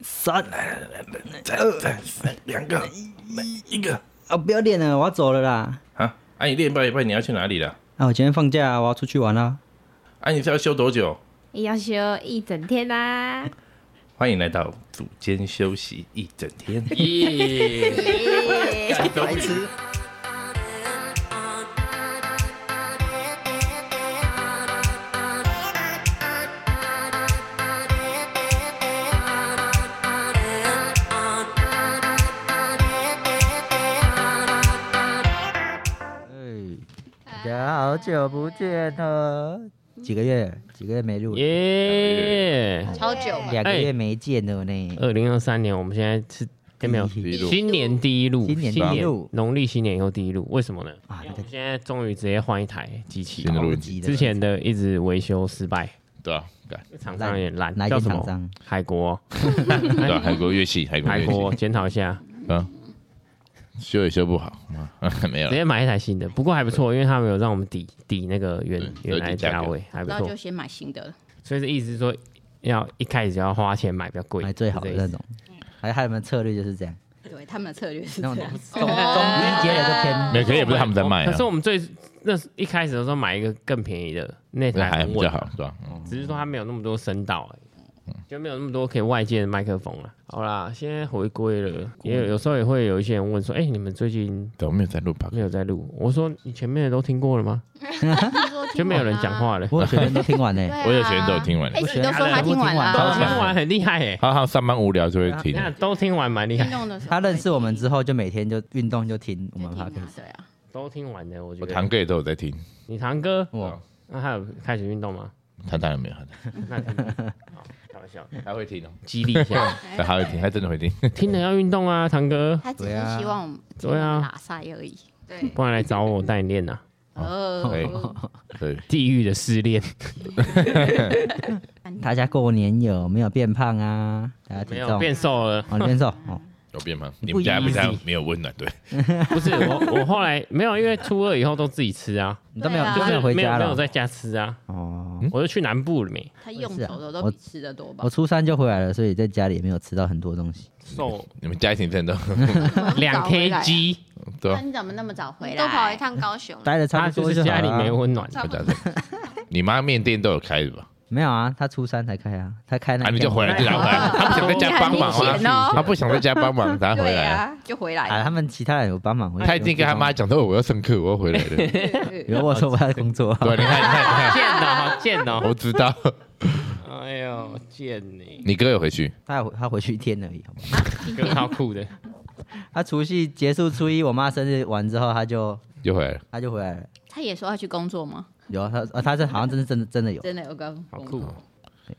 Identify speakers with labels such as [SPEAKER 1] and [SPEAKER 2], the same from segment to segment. [SPEAKER 1] 三，
[SPEAKER 2] 再再三两个，一一个
[SPEAKER 1] 啊，不要练了，我要走了啦。
[SPEAKER 2] 啊！啊，你练半一半你要去哪里了？
[SPEAKER 1] 啊，我今天放假，我要出去玩啦。
[SPEAKER 2] 啊，你是要休多久？
[SPEAKER 3] 要休一整天啊啦、
[SPEAKER 2] 欢迎来到组间休息一整天。
[SPEAKER 4] 耶！
[SPEAKER 2] 白痴。
[SPEAKER 5] 大家哎好久不见了，几个月，几个月没录，
[SPEAKER 4] 哎耶！
[SPEAKER 6] 超久吧，
[SPEAKER 5] 两个月没见了呢。
[SPEAKER 4] 二零二三年，我们现在是有没有
[SPEAKER 5] 第
[SPEAKER 2] 一路
[SPEAKER 4] 新年第一路，
[SPEAKER 5] 新年第一路
[SPEAKER 4] 农历新年又第一路，为什么呢？
[SPEAKER 5] 啊
[SPEAKER 4] 因为我们现在终于直接换一台机器
[SPEAKER 2] 新，的录音
[SPEAKER 5] 机
[SPEAKER 4] 之前的一直维修失败，
[SPEAKER 2] 对啊，干
[SPEAKER 4] 厂商也烂，
[SPEAKER 5] 哪一
[SPEAKER 4] 叫
[SPEAKER 5] 间
[SPEAKER 4] 什
[SPEAKER 5] 厂
[SPEAKER 4] 么？
[SPEAKER 5] 商？
[SPEAKER 4] 海国，
[SPEAKER 2] 对啊，海国乐器，海国
[SPEAKER 4] 海
[SPEAKER 2] 乐
[SPEAKER 4] 国，
[SPEAKER 2] 器，
[SPEAKER 4] 检讨 一下，
[SPEAKER 2] 啊，修也修不好，啊 没有
[SPEAKER 4] 直
[SPEAKER 2] 了。
[SPEAKER 4] 接买一台新的，不过还不错，因为他们有让我们抵抵那个原
[SPEAKER 2] 对
[SPEAKER 4] 原来的
[SPEAKER 2] 有抵价
[SPEAKER 4] 价
[SPEAKER 2] 格
[SPEAKER 4] 位，还不
[SPEAKER 6] 然后
[SPEAKER 4] 错
[SPEAKER 6] 就。先买新的了。
[SPEAKER 4] 所以这意思是说，要一开始就要花钱买比较贵，
[SPEAKER 5] 买最好的
[SPEAKER 4] 是这
[SPEAKER 5] 那
[SPEAKER 4] 意思。
[SPEAKER 5] 种，还还有没有策略就是这样，
[SPEAKER 6] 对，他们的策略是
[SPEAKER 5] 那
[SPEAKER 6] 这
[SPEAKER 5] 种
[SPEAKER 6] 样，
[SPEAKER 5] 中中低阶的就 偏
[SPEAKER 2] 没有，可是也不是他们在卖
[SPEAKER 4] 可
[SPEAKER 2] 啊
[SPEAKER 4] 是，我们最那一开始的时候买一个更便宜的那
[SPEAKER 2] 那
[SPEAKER 4] 台
[SPEAKER 2] 还
[SPEAKER 4] 很
[SPEAKER 2] 比
[SPEAKER 4] 稳啊
[SPEAKER 2] 较好，对吧？嗯
[SPEAKER 4] 只是说它没有那么多声道而已，就没有那么多可以外接的麦克风了。好啦，现在回归了，也有有时候也会有一些人问说，哎、你们最近
[SPEAKER 2] 对，我没有在录 p
[SPEAKER 4] 没有在录？我说你前面的都听过了吗？
[SPEAKER 6] 啊
[SPEAKER 4] 就没有人讲话了。
[SPEAKER 5] 我有学生都听完 呢，
[SPEAKER 2] 我有学生都有听完
[SPEAKER 6] 哎，你都说他听完
[SPEAKER 4] 都
[SPEAKER 5] 我
[SPEAKER 6] 了啊
[SPEAKER 5] 全，
[SPEAKER 4] 听完很厉害耶、
[SPEAKER 2] 他他上班无聊就会听，
[SPEAKER 4] 那都听完蛮厉
[SPEAKER 6] 运
[SPEAKER 4] 害，
[SPEAKER 6] 动的时候
[SPEAKER 5] 他认识我们之后就每天就运动就听我
[SPEAKER 6] 我
[SPEAKER 5] 们 p o
[SPEAKER 4] 哎
[SPEAKER 5] d
[SPEAKER 6] 对啊，
[SPEAKER 4] 都听完的，我觉
[SPEAKER 2] 我
[SPEAKER 4] 得。
[SPEAKER 2] 堂哥也都有在听，啊
[SPEAKER 4] 你堂哥，
[SPEAKER 5] 我
[SPEAKER 4] 那他有开始运动吗？
[SPEAKER 2] 他当然没有，他当
[SPEAKER 4] 那你好开玩笑，
[SPEAKER 2] 然他会听哦，
[SPEAKER 4] 激励 一下，
[SPEAKER 2] 对他会听，他真的会 听。
[SPEAKER 4] 听了要运动啊，堂哥，
[SPEAKER 6] 他只
[SPEAKER 5] 对啊
[SPEAKER 6] 是希望我们
[SPEAKER 4] 对啊
[SPEAKER 6] 拉塞而已。对，
[SPEAKER 4] 不然来找我带你练呐。
[SPEAKER 2] 可以
[SPEAKER 6] 哦，
[SPEAKER 2] 对，
[SPEAKER 4] 地狱的失恋，
[SPEAKER 5] 大家过年有没有变胖啊？大家
[SPEAKER 4] 没
[SPEAKER 5] 体
[SPEAKER 4] 有
[SPEAKER 5] 重
[SPEAKER 4] 变瘦了。
[SPEAKER 5] 哦，你变瘦哦，
[SPEAKER 2] 有变吗？
[SPEAKER 5] 你
[SPEAKER 2] 你
[SPEAKER 5] 不
[SPEAKER 2] 们家
[SPEAKER 5] 一
[SPEAKER 2] 比较
[SPEAKER 5] 样
[SPEAKER 2] 没有温暖，对，
[SPEAKER 4] 不是我，我后来没有，因为初二以后都自己吃啊，
[SPEAKER 5] 你都没有
[SPEAKER 6] 对啊
[SPEAKER 5] 都
[SPEAKER 4] 就是
[SPEAKER 5] 没有回
[SPEAKER 4] 没有
[SPEAKER 5] 家
[SPEAKER 4] 没有
[SPEAKER 5] 了
[SPEAKER 4] 在家吃啊，
[SPEAKER 5] 哦。
[SPEAKER 4] 我就去南部了没，
[SPEAKER 6] 他用手的都比吃的多吧
[SPEAKER 5] 我？初三就回来了，所以在家里也没有吃到很多东
[SPEAKER 4] 嗯
[SPEAKER 5] 西。
[SPEAKER 4] 瘦
[SPEAKER 2] 你们家庭真的都
[SPEAKER 4] 两
[SPEAKER 6] 早回来
[SPEAKER 4] kg，
[SPEAKER 2] 对
[SPEAKER 6] 那
[SPEAKER 2] 啊，
[SPEAKER 6] 你怎么那么早回来？
[SPEAKER 7] 都跑一趟高 雄，
[SPEAKER 5] 待了差
[SPEAKER 4] 他
[SPEAKER 5] 不
[SPEAKER 4] 就
[SPEAKER 5] 多
[SPEAKER 4] 是家
[SPEAKER 5] 好
[SPEAKER 4] 里
[SPEAKER 5] 了啊
[SPEAKER 4] 没温暖，
[SPEAKER 2] 我家 庭你妈面店都有开的吧？
[SPEAKER 5] 没有啊，他初三才开啊，他开那
[SPEAKER 2] 啊，哦
[SPEAKER 5] 一
[SPEAKER 2] 你
[SPEAKER 5] 天
[SPEAKER 2] 就回来就拿回来，他不想在家帮忙
[SPEAKER 6] 你很明显
[SPEAKER 2] 啊，
[SPEAKER 6] 哦
[SPEAKER 2] 他不想在家帮 忙，他回
[SPEAKER 6] 对
[SPEAKER 2] 来啊。
[SPEAKER 6] 啊，就回来
[SPEAKER 5] 啊，
[SPEAKER 6] 了。
[SPEAKER 5] 他们其他人有帮忙，我
[SPEAKER 2] 他已经跟他妈讲说，我要上课，我要回来了。啊 对，啊
[SPEAKER 5] 有我说我要工作，
[SPEAKER 2] 你看，你看，你
[SPEAKER 4] 贱哦，好贱
[SPEAKER 2] 看，
[SPEAKER 4] 哦，
[SPEAKER 2] 我知道。
[SPEAKER 4] 哎呦，贱你，
[SPEAKER 2] 你哥有回去，
[SPEAKER 5] 他回他回去一天而已。好吗
[SPEAKER 4] 更好 酷的，
[SPEAKER 5] 他除夕结束初一，我妈生日完之后，他就
[SPEAKER 2] 就回来了。
[SPEAKER 5] 他就回来了。
[SPEAKER 6] 他也说要去工作吗？
[SPEAKER 5] 有啊，他啊，他这好像真的真的真的有，
[SPEAKER 6] 真的有个
[SPEAKER 4] 好
[SPEAKER 6] 工
[SPEAKER 4] 酷
[SPEAKER 6] 作，
[SPEAKER 4] 哦，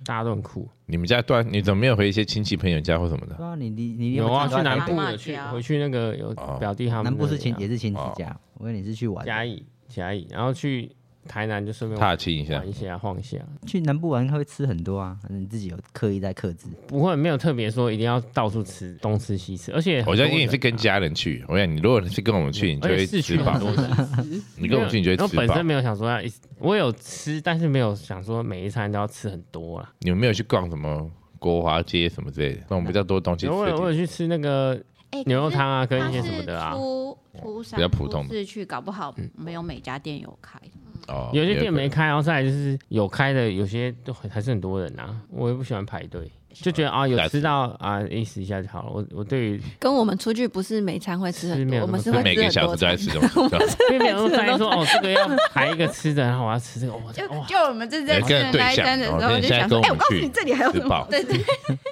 [SPEAKER 4] 大家都很酷。
[SPEAKER 2] 你们家断，你怎么没有回一些亲戚朋友家或什么的？
[SPEAKER 5] 对啊，你你你
[SPEAKER 4] 有啊，
[SPEAKER 5] 你
[SPEAKER 4] 去
[SPEAKER 5] 有
[SPEAKER 4] 南
[SPEAKER 5] 看到
[SPEAKER 4] 部
[SPEAKER 6] 阿嬷
[SPEAKER 4] 有去
[SPEAKER 6] 家
[SPEAKER 4] 回去那个有
[SPEAKER 2] 哦
[SPEAKER 4] 表弟他们那
[SPEAKER 5] 南
[SPEAKER 4] 里啊，
[SPEAKER 5] 部是亲也是亲戚家，我跟你是去玩，
[SPEAKER 4] 嘉义嘉义，然后去台南就顺便
[SPEAKER 2] 踏青一下
[SPEAKER 4] 玩一，下晃一下，
[SPEAKER 5] 去南部玩他会吃很多啊，反正你自己有刻意在克制。
[SPEAKER 4] 不会没有特别说一定要到处吃东吃西吃，而且
[SPEAKER 2] 我相信你
[SPEAKER 4] 也
[SPEAKER 2] 是跟家人去。我想你，如果你是跟我们去，你就
[SPEAKER 4] 而且
[SPEAKER 2] 会
[SPEAKER 4] 市
[SPEAKER 2] 吃
[SPEAKER 4] 区
[SPEAKER 2] 饱
[SPEAKER 4] 很。多西
[SPEAKER 2] 你跟我们去，你就
[SPEAKER 4] 然
[SPEAKER 2] 会
[SPEAKER 4] 后
[SPEAKER 2] 吃
[SPEAKER 4] 本身
[SPEAKER 2] 饱。
[SPEAKER 4] 没有想说要一直，我有吃，但是没有想说每一餐都要吃很多啊啦。
[SPEAKER 2] 你们没有去逛什么国华街什么之类的，那种比较多东西吃
[SPEAKER 4] 我
[SPEAKER 2] 的
[SPEAKER 4] 有我啊
[SPEAKER 2] 地
[SPEAKER 4] 有去吃那个
[SPEAKER 6] 哎
[SPEAKER 4] 牛肉汤啊，跟
[SPEAKER 6] 他
[SPEAKER 4] 一些什么
[SPEAKER 6] 是
[SPEAKER 4] 的
[SPEAKER 2] 哦
[SPEAKER 6] 初
[SPEAKER 4] 啊，
[SPEAKER 6] 初三
[SPEAKER 2] 比较普通的
[SPEAKER 6] 初四去，搞不好没有每家店有开。
[SPEAKER 2] 方哦。
[SPEAKER 4] 有啊些店没
[SPEAKER 2] 有可
[SPEAKER 4] 开，然后再来就是有开的，有些都很还是很多人啊。我也不喜欢排队，就觉得啊有
[SPEAKER 2] 下次
[SPEAKER 4] 吃到啊意思一下就好了。我我对于
[SPEAKER 7] 跟我们出去不是每餐会吃
[SPEAKER 4] 是
[SPEAKER 7] 很
[SPEAKER 4] 没
[SPEAKER 7] 多，
[SPEAKER 4] 有
[SPEAKER 7] 我们
[SPEAKER 4] 那
[SPEAKER 7] 是
[SPEAKER 4] 么
[SPEAKER 2] 能每
[SPEAKER 7] 会吃
[SPEAKER 2] 个
[SPEAKER 7] 很
[SPEAKER 2] 小时都
[SPEAKER 7] 多
[SPEAKER 2] 在
[SPEAKER 7] 餐。
[SPEAKER 2] 吃东 西，对吧
[SPEAKER 4] 并没有在意说哦这个要排一个吃的，然后我要吃这个，我就哇
[SPEAKER 6] 就我们正
[SPEAKER 2] 有
[SPEAKER 6] 在
[SPEAKER 2] 一
[SPEAKER 6] 吃
[SPEAKER 2] 个人
[SPEAKER 6] 的
[SPEAKER 2] 对
[SPEAKER 6] 那一
[SPEAKER 2] 象
[SPEAKER 6] 餐的时
[SPEAKER 2] 哦
[SPEAKER 6] 候，
[SPEAKER 2] 你
[SPEAKER 6] 就
[SPEAKER 2] 现在
[SPEAKER 6] 想
[SPEAKER 2] 跟
[SPEAKER 6] 说，
[SPEAKER 2] 我
[SPEAKER 6] 哎，
[SPEAKER 2] 们
[SPEAKER 6] 我告诉
[SPEAKER 2] 去
[SPEAKER 6] 你，这里还 有
[SPEAKER 2] 吃
[SPEAKER 6] 什么
[SPEAKER 2] 饱？
[SPEAKER 6] 对对，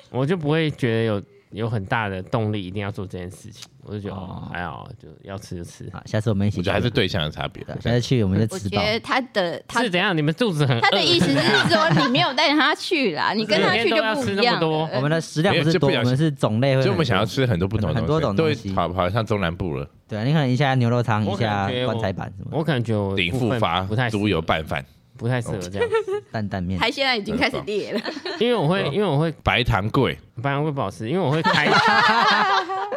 [SPEAKER 4] 我就不会觉得有有很大的动力一定要做这件事情。我就觉得哦还好，就要吃就吃。
[SPEAKER 5] 好，下次我们一起
[SPEAKER 2] 我
[SPEAKER 5] 去，
[SPEAKER 2] 觉得还是对象的差别。
[SPEAKER 5] 对下次去我们就
[SPEAKER 6] 我
[SPEAKER 5] 吃
[SPEAKER 6] 觉
[SPEAKER 5] 饱。
[SPEAKER 6] 得他的他
[SPEAKER 4] 是怎样？你们 肚子很
[SPEAKER 6] 他 的
[SPEAKER 4] 饿
[SPEAKER 6] 意思是说，你没有带着他去啦，你跟他去就不一样了。
[SPEAKER 5] 我们的食量不
[SPEAKER 2] 没有
[SPEAKER 5] 是
[SPEAKER 2] 就不
[SPEAKER 5] 多，
[SPEAKER 2] 小
[SPEAKER 5] 我们是种类会很多。
[SPEAKER 2] 所以我们想要吃很多不同的
[SPEAKER 5] 很多种
[SPEAKER 2] 东
[SPEAKER 5] 东
[SPEAKER 2] 西，
[SPEAKER 5] 西
[SPEAKER 2] 对，跑跑像中南部了，
[SPEAKER 5] 对啊，你看一下牛肉汤，
[SPEAKER 4] 我
[SPEAKER 5] 一
[SPEAKER 4] 感
[SPEAKER 5] 下
[SPEAKER 4] 觉我
[SPEAKER 5] 棺材板什么
[SPEAKER 4] 我感觉我
[SPEAKER 2] 顶
[SPEAKER 4] 部
[SPEAKER 2] 复
[SPEAKER 4] 分
[SPEAKER 2] 发
[SPEAKER 4] 不太适合
[SPEAKER 2] 猪油哦拌饭、
[SPEAKER 4] 不太适合这样，
[SPEAKER 5] 担担面，
[SPEAKER 6] 他现在已经开
[SPEAKER 2] 啊
[SPEAKER 6] 始裂了，
[SPEAKER 4] 因为我会因为我会
[SPEAKER 2] 白糖桂，
[SPEAKER 4] 不然会不好吃，因为我会开，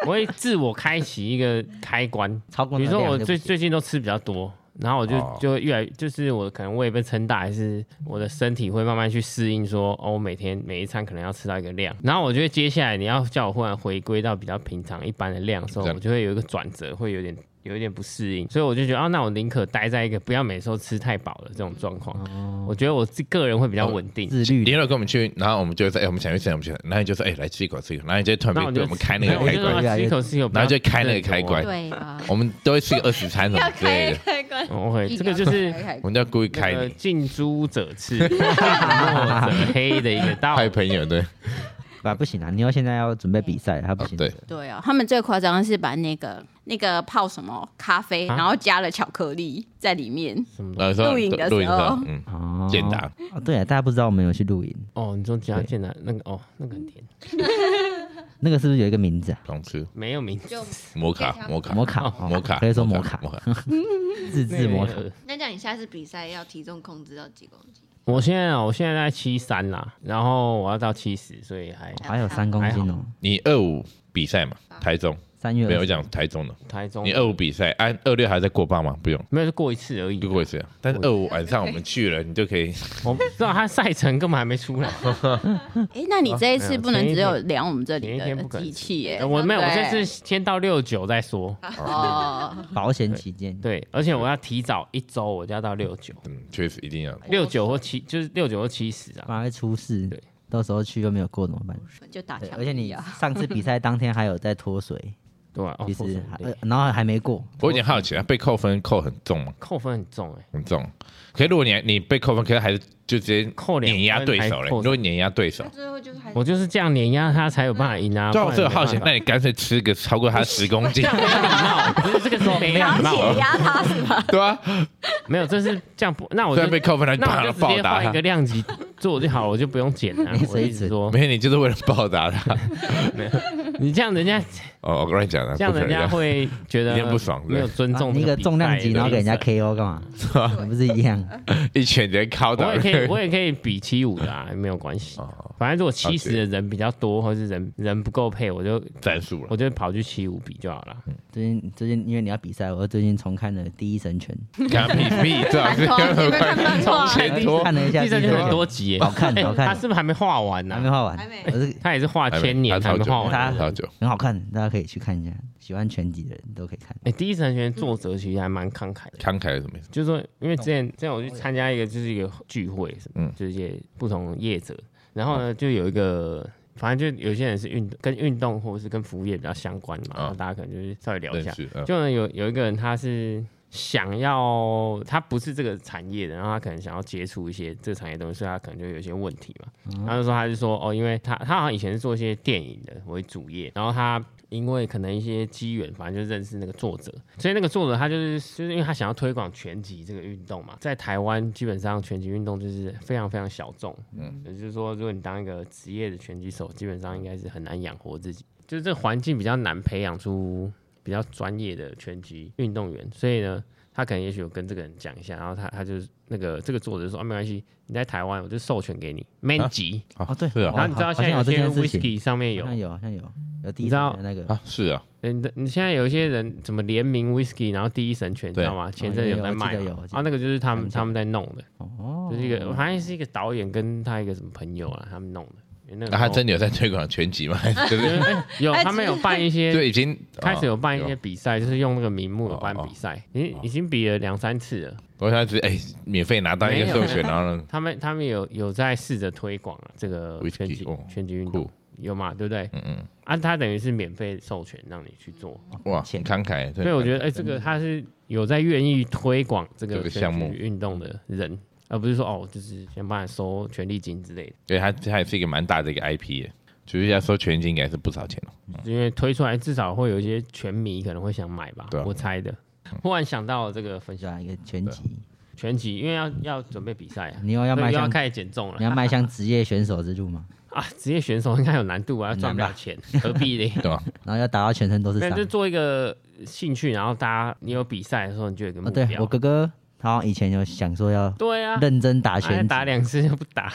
[SPEAKER 4] 我会自我开启一个开关。
[SPEAKER 5] 超过
[SPEAKER 4] 比
[SPEAKER 5] 那
[SPEAKER 4] 如
[SPEAKER 5] 个
[SPEAKER 4] 说
[SPEAKER 5] 量
[SPEAKER 4] 我
[SPEAKER 5] 就不
[SPEAKER 4] 最
[SPEAKER 5] 行
[SPEAKER 4] 最近都吃比较多，然后我就、
[SPEAKER 2] 哦
[SPEAKER 4] 就越来，就是我可能胃被撑大，还是我的身体会慢慢去适应说，哦，我每天每一餐可能要吃到一个量。然后我觉得接下来你要叫我忽然回归到比较平常一般的量的时候，
[SPEAKER 2] 这样
[SPEAKER 4] 我就会有一个转折，会有点有一点不适应，所以我就觉得啊，那我宁可待在一个不要每次都吃太饱的这种状
[SPEAKER 2] 哦
[SPEAKER 4] 况。我觉得我自个人会比较稳定。
[SPEAKER 8] 哦自律
[SPEAKER 2] 你如果我们去，然后我们就会说，哎、我们想去吃，我们想去，然后你就说，哎、来吃一口，吃一口，然后你就突
[SPEAKER 4] 那
[SPEAKER 2] 然
[SPEAKER 4] 我
[SPEAKER 2] 被
[SPEAKER 4] 就
[SPEAKER 2] 对我们开那个
[SPEAKER 4] 没
[SPEAKER 2] 开
[SPEAKER 4] 有我
[SPEAKER 2] 关
[SPEAKER 4] 就，让它吃一口吃一口，
[SPEAKER 2] 然后就开那个开关
[SPEAKER 7] 对 啊，
[SPEAKER 2] 我们都会吃个二十餐什么之类的，
[SPEAKER 6] 开关，
[SPEAKER 4] 哦 OK，这个就是
[SPEAKER 2] 我们就要故意开
[SPEAKER 4] 那 个
[SPEAKER 2] 你，
[SPEAKER 4] 近朱者 赤，近墨者黑的一个道
[SPEAKER 2] 害
[SPEAKER 4] 理。
[SPEAKER 2] 朋友对，
[SPEAKER 8] 啊，不行啊！你要现在要准备比赛了，他不
[SPEAKER 2] 哦
[SPEAKER 8] 行。
[SPEAKER 2] 对，
[SPEAKER 6] 对啊，他们最夸张的是把那个那个泡什么咖啡，
[SPEAKER 4] 啊
[SPEAKER 6] 然后加了巧克力在里面。
[SPEAKER 2] 然后说
[SPEAKER 6] 录影的时候
[SPEAKER 2] 录影的时候，嗯，
[SPEAKER 8] 哦
[SPEAKER 2] 简答
[SPEAKER 8] 哦对啊，大家不知道我们有去露营，
[SPEAKER 4] 哦，你说只要见到那个哦，那个很甜，
[SPEAKER 8] 那个是不是有一个名字啊？
[SPEAKER 2] 狂吃
[SPEAKER 4] 没有名字，
[SPEAKER 7] 就
[SPEAKER 2] 摩卡摩卡
[SPEAKER 8] 摩卡，哦
[SPEAKER 2] 摩卡，
[SPEAKER 8] 可以说摩
[SPEAKER 2] 摩
[SPEAKER 8] 卡，
[SPEAKER 2] 摩卡，
[SPEAKER 8] 自制摩卡。
[SPEAKER 7] 那这样你下次比赛要体重控制到几公斤？
[SPEAKER 4] 我现在哦我现在在七三啦，然后我要到七十，所以还
[SPEAKER 8] 还有三公斤哦，
[SPEAKER 2] 你二五比赛 嘛，台中
[SPEAKER 8] 三月
[SPEAKER 2] 没有我
[SPEAKER 8] 20
[SPEAKER 2] 讲台中的，
[SPEAKER 4] 台中
[SPEAKER 2] 你二五比赛，按二六还在过磅吗？不用。
[SPEAKER 4] 没有就过一次而已
[SPEAKER 2] 就。过一次啊，但是二五晚上我们去了，你就可以
[SPEAKER 4] 我不知道他赛程根本还没出 来，
[SPEAKER 2] 啊
[SPEAKER 6] 哎，那你这一次不能
[SPEAKER 4] 啊前一天
[SPEAKER 6] 只有量我们这
[SPEAKER 4] 前
[SPEAKER 6] 里
[SPEAKER 4] 一天
[SPEAKER 6] 的
[SPEAKER 4] 不可能
[SPEAKER 6] 机器耶？
[SPEAKER 4] 我没有，我
[SPEAKER 6] 对
[SPEAKER 4] 这次先到六九再说。
[SPEAKER 6] 哦，
[SPEAKER 8] 保险起见，
[SPEAKER 4] 对，而且我要提早一周，我就要到六九，
[SPEAKER 2] 嗯，确实一定要
[SPEAKER 4] 六九或七，就是六九或七十啊。
[SPEAKER 8] 反而会出事
[SPEAKER 4] 对。
[SPEAKER 8] 到时候去又没有过怎么办？
[SPEAKER 6] 就打
[SPEAKER 8] 对，
[SPEAKER 6] 枪。
[SPEAKER 8] 而且 你上次比赛当天还有在脱水，
[SPEAKER 4] 对啊，哦
[SPEAKER 8] 其
[SPEAKER 4] 破
[SPEAKER 8] 实
[SPEAKER 4] 产
[SPEAKER 8] 还
[SPEAKER 2] 哎
[SPEAKER 4] 对
[SPEAKER 8] 呃然后还没过，
[SPEAKER 2] 我有点好奇，他被扣分扣很重吗？
[SPEAKER 4] 扣分很重哎。
[SPEAKER 2] 很重。可是如果你你被扣分，可是还是就直接
[SPEAKER 4] 扣两分
[SPEAKER 2] 碾压对手
[SPEAKER 4] 还
[SPEAKER 2] 嘞。
[SPEAKER 4] 扣
[SPEAKER 2] 如果碾压对手，
[SPEAKER 7] 最后就是还
[SPEAKER 4] 我就是这样碾压他才有办法赢啊。
[SPEAKER 2] 对啊，我
[SPEAKER 4] 不然
[SPEAKER 2] 是有好奇
[SPEAKER 4] 没，办
[SPEAKER 2] 那你干脆吃个超过他十公 斤，
[SPEAKER 4] 法不是这个时候没礼
[SPEAKER 6] 然后
[SPEAKER 5] 啊
[SPEAKER 4] 貌
[SPEAKER 6] 解，压 他是吧？
[SPEAKER 2] 对啊，
[SPEAKER 4] 没有，这是这样不。那我
[SPEAKER 2] 虽
[SPEAKER 4] 就
[SPEAKER 2] 然被扣分，他就
[SPEAKER 4] 那
[SPEAKER 2] 把
[SPEAKER 4] 我
[SPEAKER 2] 他
[SPEAKER 4] 就直
[SPEAKER 2] 暴
[SPEAKER 4] 接
[SPEAKER 2] 打
[SPEAKER 4] 换一个
[SPEAKER 2] 他。
[SPEAKER 4] 量级做就好了，我就不用减 了。我一直说，
[SPEAKER 2] 没有，你就是为了报答 他。
[SPEAKER 4] 你这样人家
[SPEAKER 2] 哦，我跟你讲的，
[SPEAKER 4] 这样
[SPEAKER 2] 不可啊
[SPEAKER 4] 人家
[SPEAKER 2] 能。
[SPEAKER 4] 会觉得
[SPEAKER 2] 一定不爽对
[SPEAKER 4] 没有尊重
[SPEAKER 8] 啊你一
[SPEAKER 4] 这
[SPEAKER 8] 个
[SPEAKER 4] 比赛
[SPEAKER 8] 重量级，然后给人家
[SPEAKER 4] 对
[SPEAKER 8] KO 干 嘛？你不是一样？
[SPEAKER 2] 一拳直接敲
[SPEAKER 4] 我
[SPEAKER 2] 倒
[SPEAKER 4] 也。可以，我也可以比七五的啊，没有关系。
[SPEAKER 2] 哦，
[SPEAKER 4] 反正如果七十的人比较多，或是人人不够配，我就
[SPEAKER 2] 战术了
[SPEAKER 4] 我。就跑去七五比就好了。
[SPEAKER 8] 最近最近因为你要比赛，我最近重看了《第一神拳
[SPEAKER 2] 看他屁屁，最好是
[SPEAKER 6] 看
[SPEAKER 2] 啊跟
[SPEAKER 6] 漫
[SPEAKER 2] 从
[SPEAKER 6] 画
[SPEAKER 2] 前》，拖
[SPEAKER 8] 哎看了一下
[SPEAKER 4] 哎第
[SPEAKER 8] 第
[SPEAKER 4] 三
[SPEAKER 8] 一
[SPEAKER 4] 圈很
[SPEAKER 8] 神拳，
[SPEAKER 4] 多集耶，
[SPEAKER 8] 好看
[SPEAKER 4] 哎
[SPEAKER 8] 好看
[SPEAKER 4] 他是不是还没画完
[SPEAKER 8] 还没
[SPEAKER 4] 呢？
[SPEAKER 8] 画完，我是
[SPEAKER 4] 他也是画千年还
[SPEAKER 2] 还
[SPEAKER 4] 没
[SPEAKER 2] 没
[SPEAKER 4] 画
[SPEAKER 2] 哎他
[SPEAKER 4] 完
[SPEAKER 8] 他。
[SPEAKER 2] 超久。
[SPEAKER 8] 很好看，大家可以去看一下。喜欢拳击的人都可以看。
[SPEAKER 4] 哎，第一神拳作者其实还蛮慷慨的。
[SPEAKER 2] 慷慨是什么意思？
[SPEAKER 4] 就是说，因为之前之前我去参加一个就是一个聚会什么，
[SPEAKER 2] 嗯
[SPEAKER 4] 就是一些不同业者，然后呢就有一个，反正就有些人是运跟运动或者是跟服务业比较相关嘛，
[SPEAKER 2] 啊
[SPEAKER 4] 然后大家可能就是稍微聊一
[SPEAKER 2] 认
[SPEAKER 4] 下。
[SPEAKER 2] 识，嗯
[SPEAKER 4] 就呢有有一个人他是想要他不是这个产业的，然后他可能想要接触一些这个产业的东西，所以他可能就有一些问题嘛。他就说他是说哦，因为他他好像以前是做一些电影的为主业，然后他。因为可能一些机缘，反正就认识那个作者，所以那个作者他就是就是因为他想要推广拳击这个运动嘛，在台湾基本上拳击运动就是非常非常小众，嗯，也就是说，如果你当一个职业的拳击手，基本上应该是很难养活自己，就是这个环境比较难培养出比较专业的拳击运动员，所以呢，他可能也许有跟这个人讲一下，然后他他就是那个这个作者就说啊，没关系，你在台湾我就授权给你 man 级、
[SPEAKER 8] 哦，对，
[SPEAKER 2] 是啊
[SPEAKER 4] 然后你知道
[SPEAKER 8] 好
[SPEAKER 4] 现在
[SPEAKER 8] 像
[SPEAKER 4] 有
[SPEAKER 8] 这
[SPEAKER 4] 些
[SPEAKER 8] 件事情，
[SPEAKER 4] whisky 上面
[SPEAKER 8] 好
[SPEAKER 4] 有
[SPEAKER 8] 像，有，好像有，有第一
[SPEAKER 4] 你知道
[SPEAKER 8] 神拳的那个，
[SPEAKER 2] 啊，是啊，
[SPEAKER 4] 嗯你的你现在有一些人怎么联名 whisky，然后第一神拳，你知道吗？前阵子有在卖
[SPEAKER 8] 哦有有我记得有
[SPEAKER 4] 嘛
[SPEAKER 8] 我，记得
[SPEAKER 4] 啊，那个就是他们
[SPEAKER 8] 有
[SPEAKER 4] 他们在弄的，
[SPEAKER 8] 哦，
[SPEAKER 4] 就是一个好像是一个导演跟他一个什么朋友啊，他们弄的，因为那个
[SPEAKER 2] 那
[SPEAKER 8] 啊
[SPEAKER 2] 他
[SPEAKER 4] 时候
[SPEAKER 2] 真的有在推广拳击 吗？就是
[SPEAKER 4] 有他们有办一些
[SPEAKER 2] 就已经
[SPEAKER 4] 开始有办一些
[SPEAKER 2] 哦
[SPEAKER 4] 比赛，就是用那个名目有办
[SPEAKER 2] 哦哦
[SPEAKER 4] 比赛，已经已经比了两三次了。
[SPEAKER 2] 我想只哎、免费拿到一个授权，然后呢，
[SPEAKER 4] 他们他们有有在试着推广啊这个
[SPEAKER 2] Whisky，
[SPEAKER 4] 拳击
[SPEAKER 2] 哦
[SPEAKER 4] 拳击运动
[SPEAKER 2] 酷，
[SPEAKER 4] 有嘛？对不对？
[SPEAKER 2] 嗯嗯，
[SPEAKER 4] 啊，他等于是免费授权让你去做，
[SPEAKER 2] 哇，
[SPEAKER 8] 钱
[SPEAKER 2] 很慷慨，
[SPEAKER 4] 所以哦我觉得哎，这个他是有在愿意推广这个
[SPEAKER 2] 这个
[SPEAKER 4] 拳击
[SPEAKER 2] 项目
[SPEAKER 4] 运动的人，而不是说哦，就是先帮你收权利金之类的。
[SPEAKER 2] 对他他也是一个蛮大的一个 IP 耶，就是要说拳击应该是不少钱哦，
[SPEAKER 4] 因为推出来至少会有一些拳迷可能会想买吧，
[SPEAKER 2] 对啊
[SPEAKER 4] 我猜的。忽然想到这个分
[SPEAKER 8] 喜
[SPEAKER 4] 享
[SPEAKER 8] 欢一个拳击，
[SPEAKER 4] 拳击，因为要要准备比赛啊，
[SPEAKER 8] 你又要
[SPEAKER 4] 啊所以
[SPEAKER 8] 迈
[SPEAKER 4] 又要
[SPEAKER 8] 向
[SPEAKER 4] 开始减重了
[SPEAKER 8] 你要迈向职业选手之路嘛，
[SPEAKER 4] 啊！职业选手应该有难度啊，
[SPEAKER 8] 很难
[SPEAKER 4] 赚不了
[SPEAKER 8] 吧
[SPEAKER 4] 钱，何必呢？
[SPEAKER 2] 对吧？
[SPEAKER 8] 然后要打到全身都是
[SPEAKER 4] 没有，
[SPEAKER 8] 伤
[SPEAKER 4] 就。做一个兴趣，然后大家你有比赛的时候，你就有一个目
[SPEAKER 8] 哦，
[SPEAKER 4] 标。
[SPEAKER 8] 对我哥哥他好像以前有想说要
[SPEAKER 4] 对啊，
[SPEAKER 8] 认真打
[SPEAKER 4] 啊
[SPEAKER 8] 拳击，
[SPEAKER 4] 打两次就不打，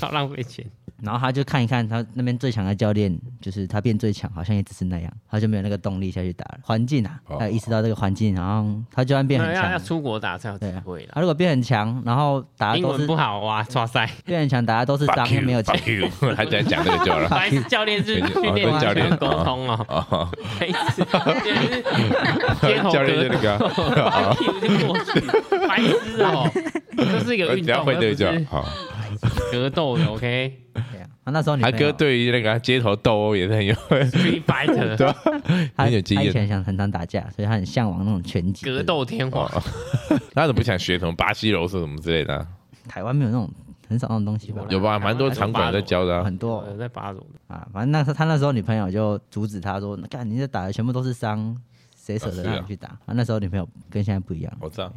[SPEAKER 4] 好浪费钱。
[SPEAKER 5] 然后他就看一看他那边最强的教练，就是他变最强，好像也只是那样，他就没有那个动力下去打了。环境啊，
[SPEAKER 2] 哦
[SPEAKER 5] 他意识到这个环境，然后他就算变很
[SPEAKER 4] 那要要
[SPEAKER 5] 强，
[SPEAKER 4] 出国打才有机
[SPEAKER 5] 对啊
[SPEAKER 4] 会，啦。
[SPEAKER 5] 他如果变很强，然后打的
[SPEAKER 4] 英
[SPEAKER 5] 都
[SPEAKER 4] 文
[SPEAKER 5] 是
[SPEAKER 4] 不好哇，抓塞，
[SPEAKER 5] 变很强，打的都是脏
[SPEAKER 2] Fuck
[SPEAKER 5] 又
[SPEAKER 2] you，
[SPEAKER 5] 没有钱，
[SPEAKER 2] fuck you，他 只要讲这个 就好了。
[SPEAKER 4] 白痴教 练是
[SPEAKER 2] 哦
[SPEAKER 4] 训练
[SPEAKER 2] 跟教练
[SPEAKER 4] 沟通哦，
[SPEAKER 2] 哦，
[SPEAKER 4] 白痴教练是街头
[SPEAKER 2] 教练就
[SPEAKER 4] 格
[SPEAKER 2] 那个啊，
[SPEAKER 4] 斗，屁股就过去，白 痴哦，这是一个
[SPEAKER 2] 我
[SPEAKER 4] 运
[SPEAKER 2] 只要
[SPEAKER 4] 动，
[SPEAKER 2] 哎会对就
[SPEAKER 4] 而不是
[SPEAKER 2] 好。
[SPEAKER 4] 格斗的 OK，
[SPEAKER 5] 对啊他那时候女
[SPEAKER 2] 他
[SPEAKER 5] 朋
[SPEAKER 2] 哥
[SPEAKER 5] 友，
[SPEAKER 2] 对于那个街头斗殴也是很有
[SPEAKER 4] Free Fighter
[SPEAKER 5] 他
[SPEAKER 2] 很有经
[SPEAKER 5] 他以
[SPEAKER 2] 验
[SPEAKER 5] 前想很常打架，所以他很向往那种拳击
[SPEAKER 4] 格。斗天
[SPEAKER 2] 哦
[SPEAKER 4] 皇，。
[SPEAKER 2] 他怎么不想学什么巴西柔术什么之类的啊？
[SPEAKER 5] 台湾没有那种很少那种东西吧？
[SPEAKER 4] 有
[SPEAKER 2] 有吧，蛮多场馆在教的啊。
[SPEAKER 5] 很多
[SPEAKER 4] 我在巴总，
[SPEAKER 5] 啊，反正那时候他那时候女朋友就阻止他说：“干，你这打的全部都是伤，谁舍得
[SPEAKER 2] 啊是啊哦
[SPEAKER 5] 让你去打？”啊，那时候女朋友跟现在不一样，
[SPEAKER 2] 我知道，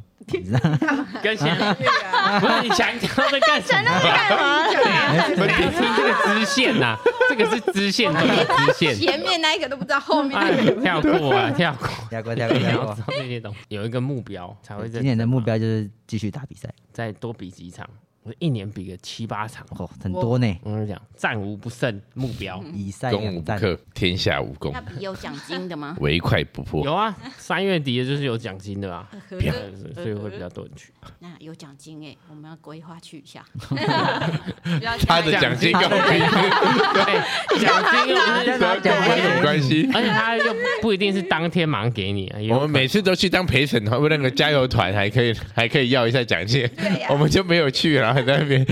[SPEAKER 4] 跟前面啊不是你强调在干什么？
[SPEAKER 6] 干嘛啦？
[SPEAKER 4] 分不清这个支线呐，这个是支线，这个是支线。
[SPEAKER 7] 前面那一个都不知道后面那
[SPEAKER 4] 哎， 跳过啊，跳过，
[SPEAKER 5] 跳过跳
[SPEAKER 4] 不
[SPEAKER 5] 过跳
[SPEAKER 4] 要
[SPEAKER 5] 过
[SPEAKER 4] 知。道这些东西。有一个目标才会
[SPEAKER 5] 对
[SPEAKER 4] 在
[SPEAKER 5] 今年的目标就是继续打比赛，
[SPEAKER 4] 再多比几场，我一年比个七八场。
[SPEAKER 5] 哦，很多呢，
[SPEAKER 4] 我跟你讲，战无不胜，目标
[SPEAKER 5] 以赛
[SPEAKER 2] 攻无
[SPEAKER 5] 两
[SPEAKER 2] 不
[SPEAKER 5] 战。哦
[SPEAKER 2] 克，天下武功
[SPEAKER 6] 那，比有奖金的吗？
[SPEAKER 2] 唯快不破。
[SPEAKER 4] 有啊。三月底就是有奖金的吧，
[SPEAKER 2] 要
[SPEAKER 4] 对所以会比较多人去。
[SPEAKER 6] 那有奖金
[SPEAKER 7] 欸
[SPEAKER 6] 哎，我们要规划去 一下。
[SPEAKER 2] 他的奖金跟我们
[SPEAKER 4] 对，奖金又不 是
[SPEAKER 5] 拿
[SPEAKER 2] 跟
[SPEAKER 5] 奖
[SPEAKER 2] 我们有什么关系？
[SPEAKER 4] 而且他又不一定是当天马上给你，啊也有
[SPEAKER 2] 我们每次都去当陪审团，为那个加油团还可以还可以要一下奖金，
[SPEAKER 7] 啊
[SPEAKER 2] 我们就没有去，然后在那边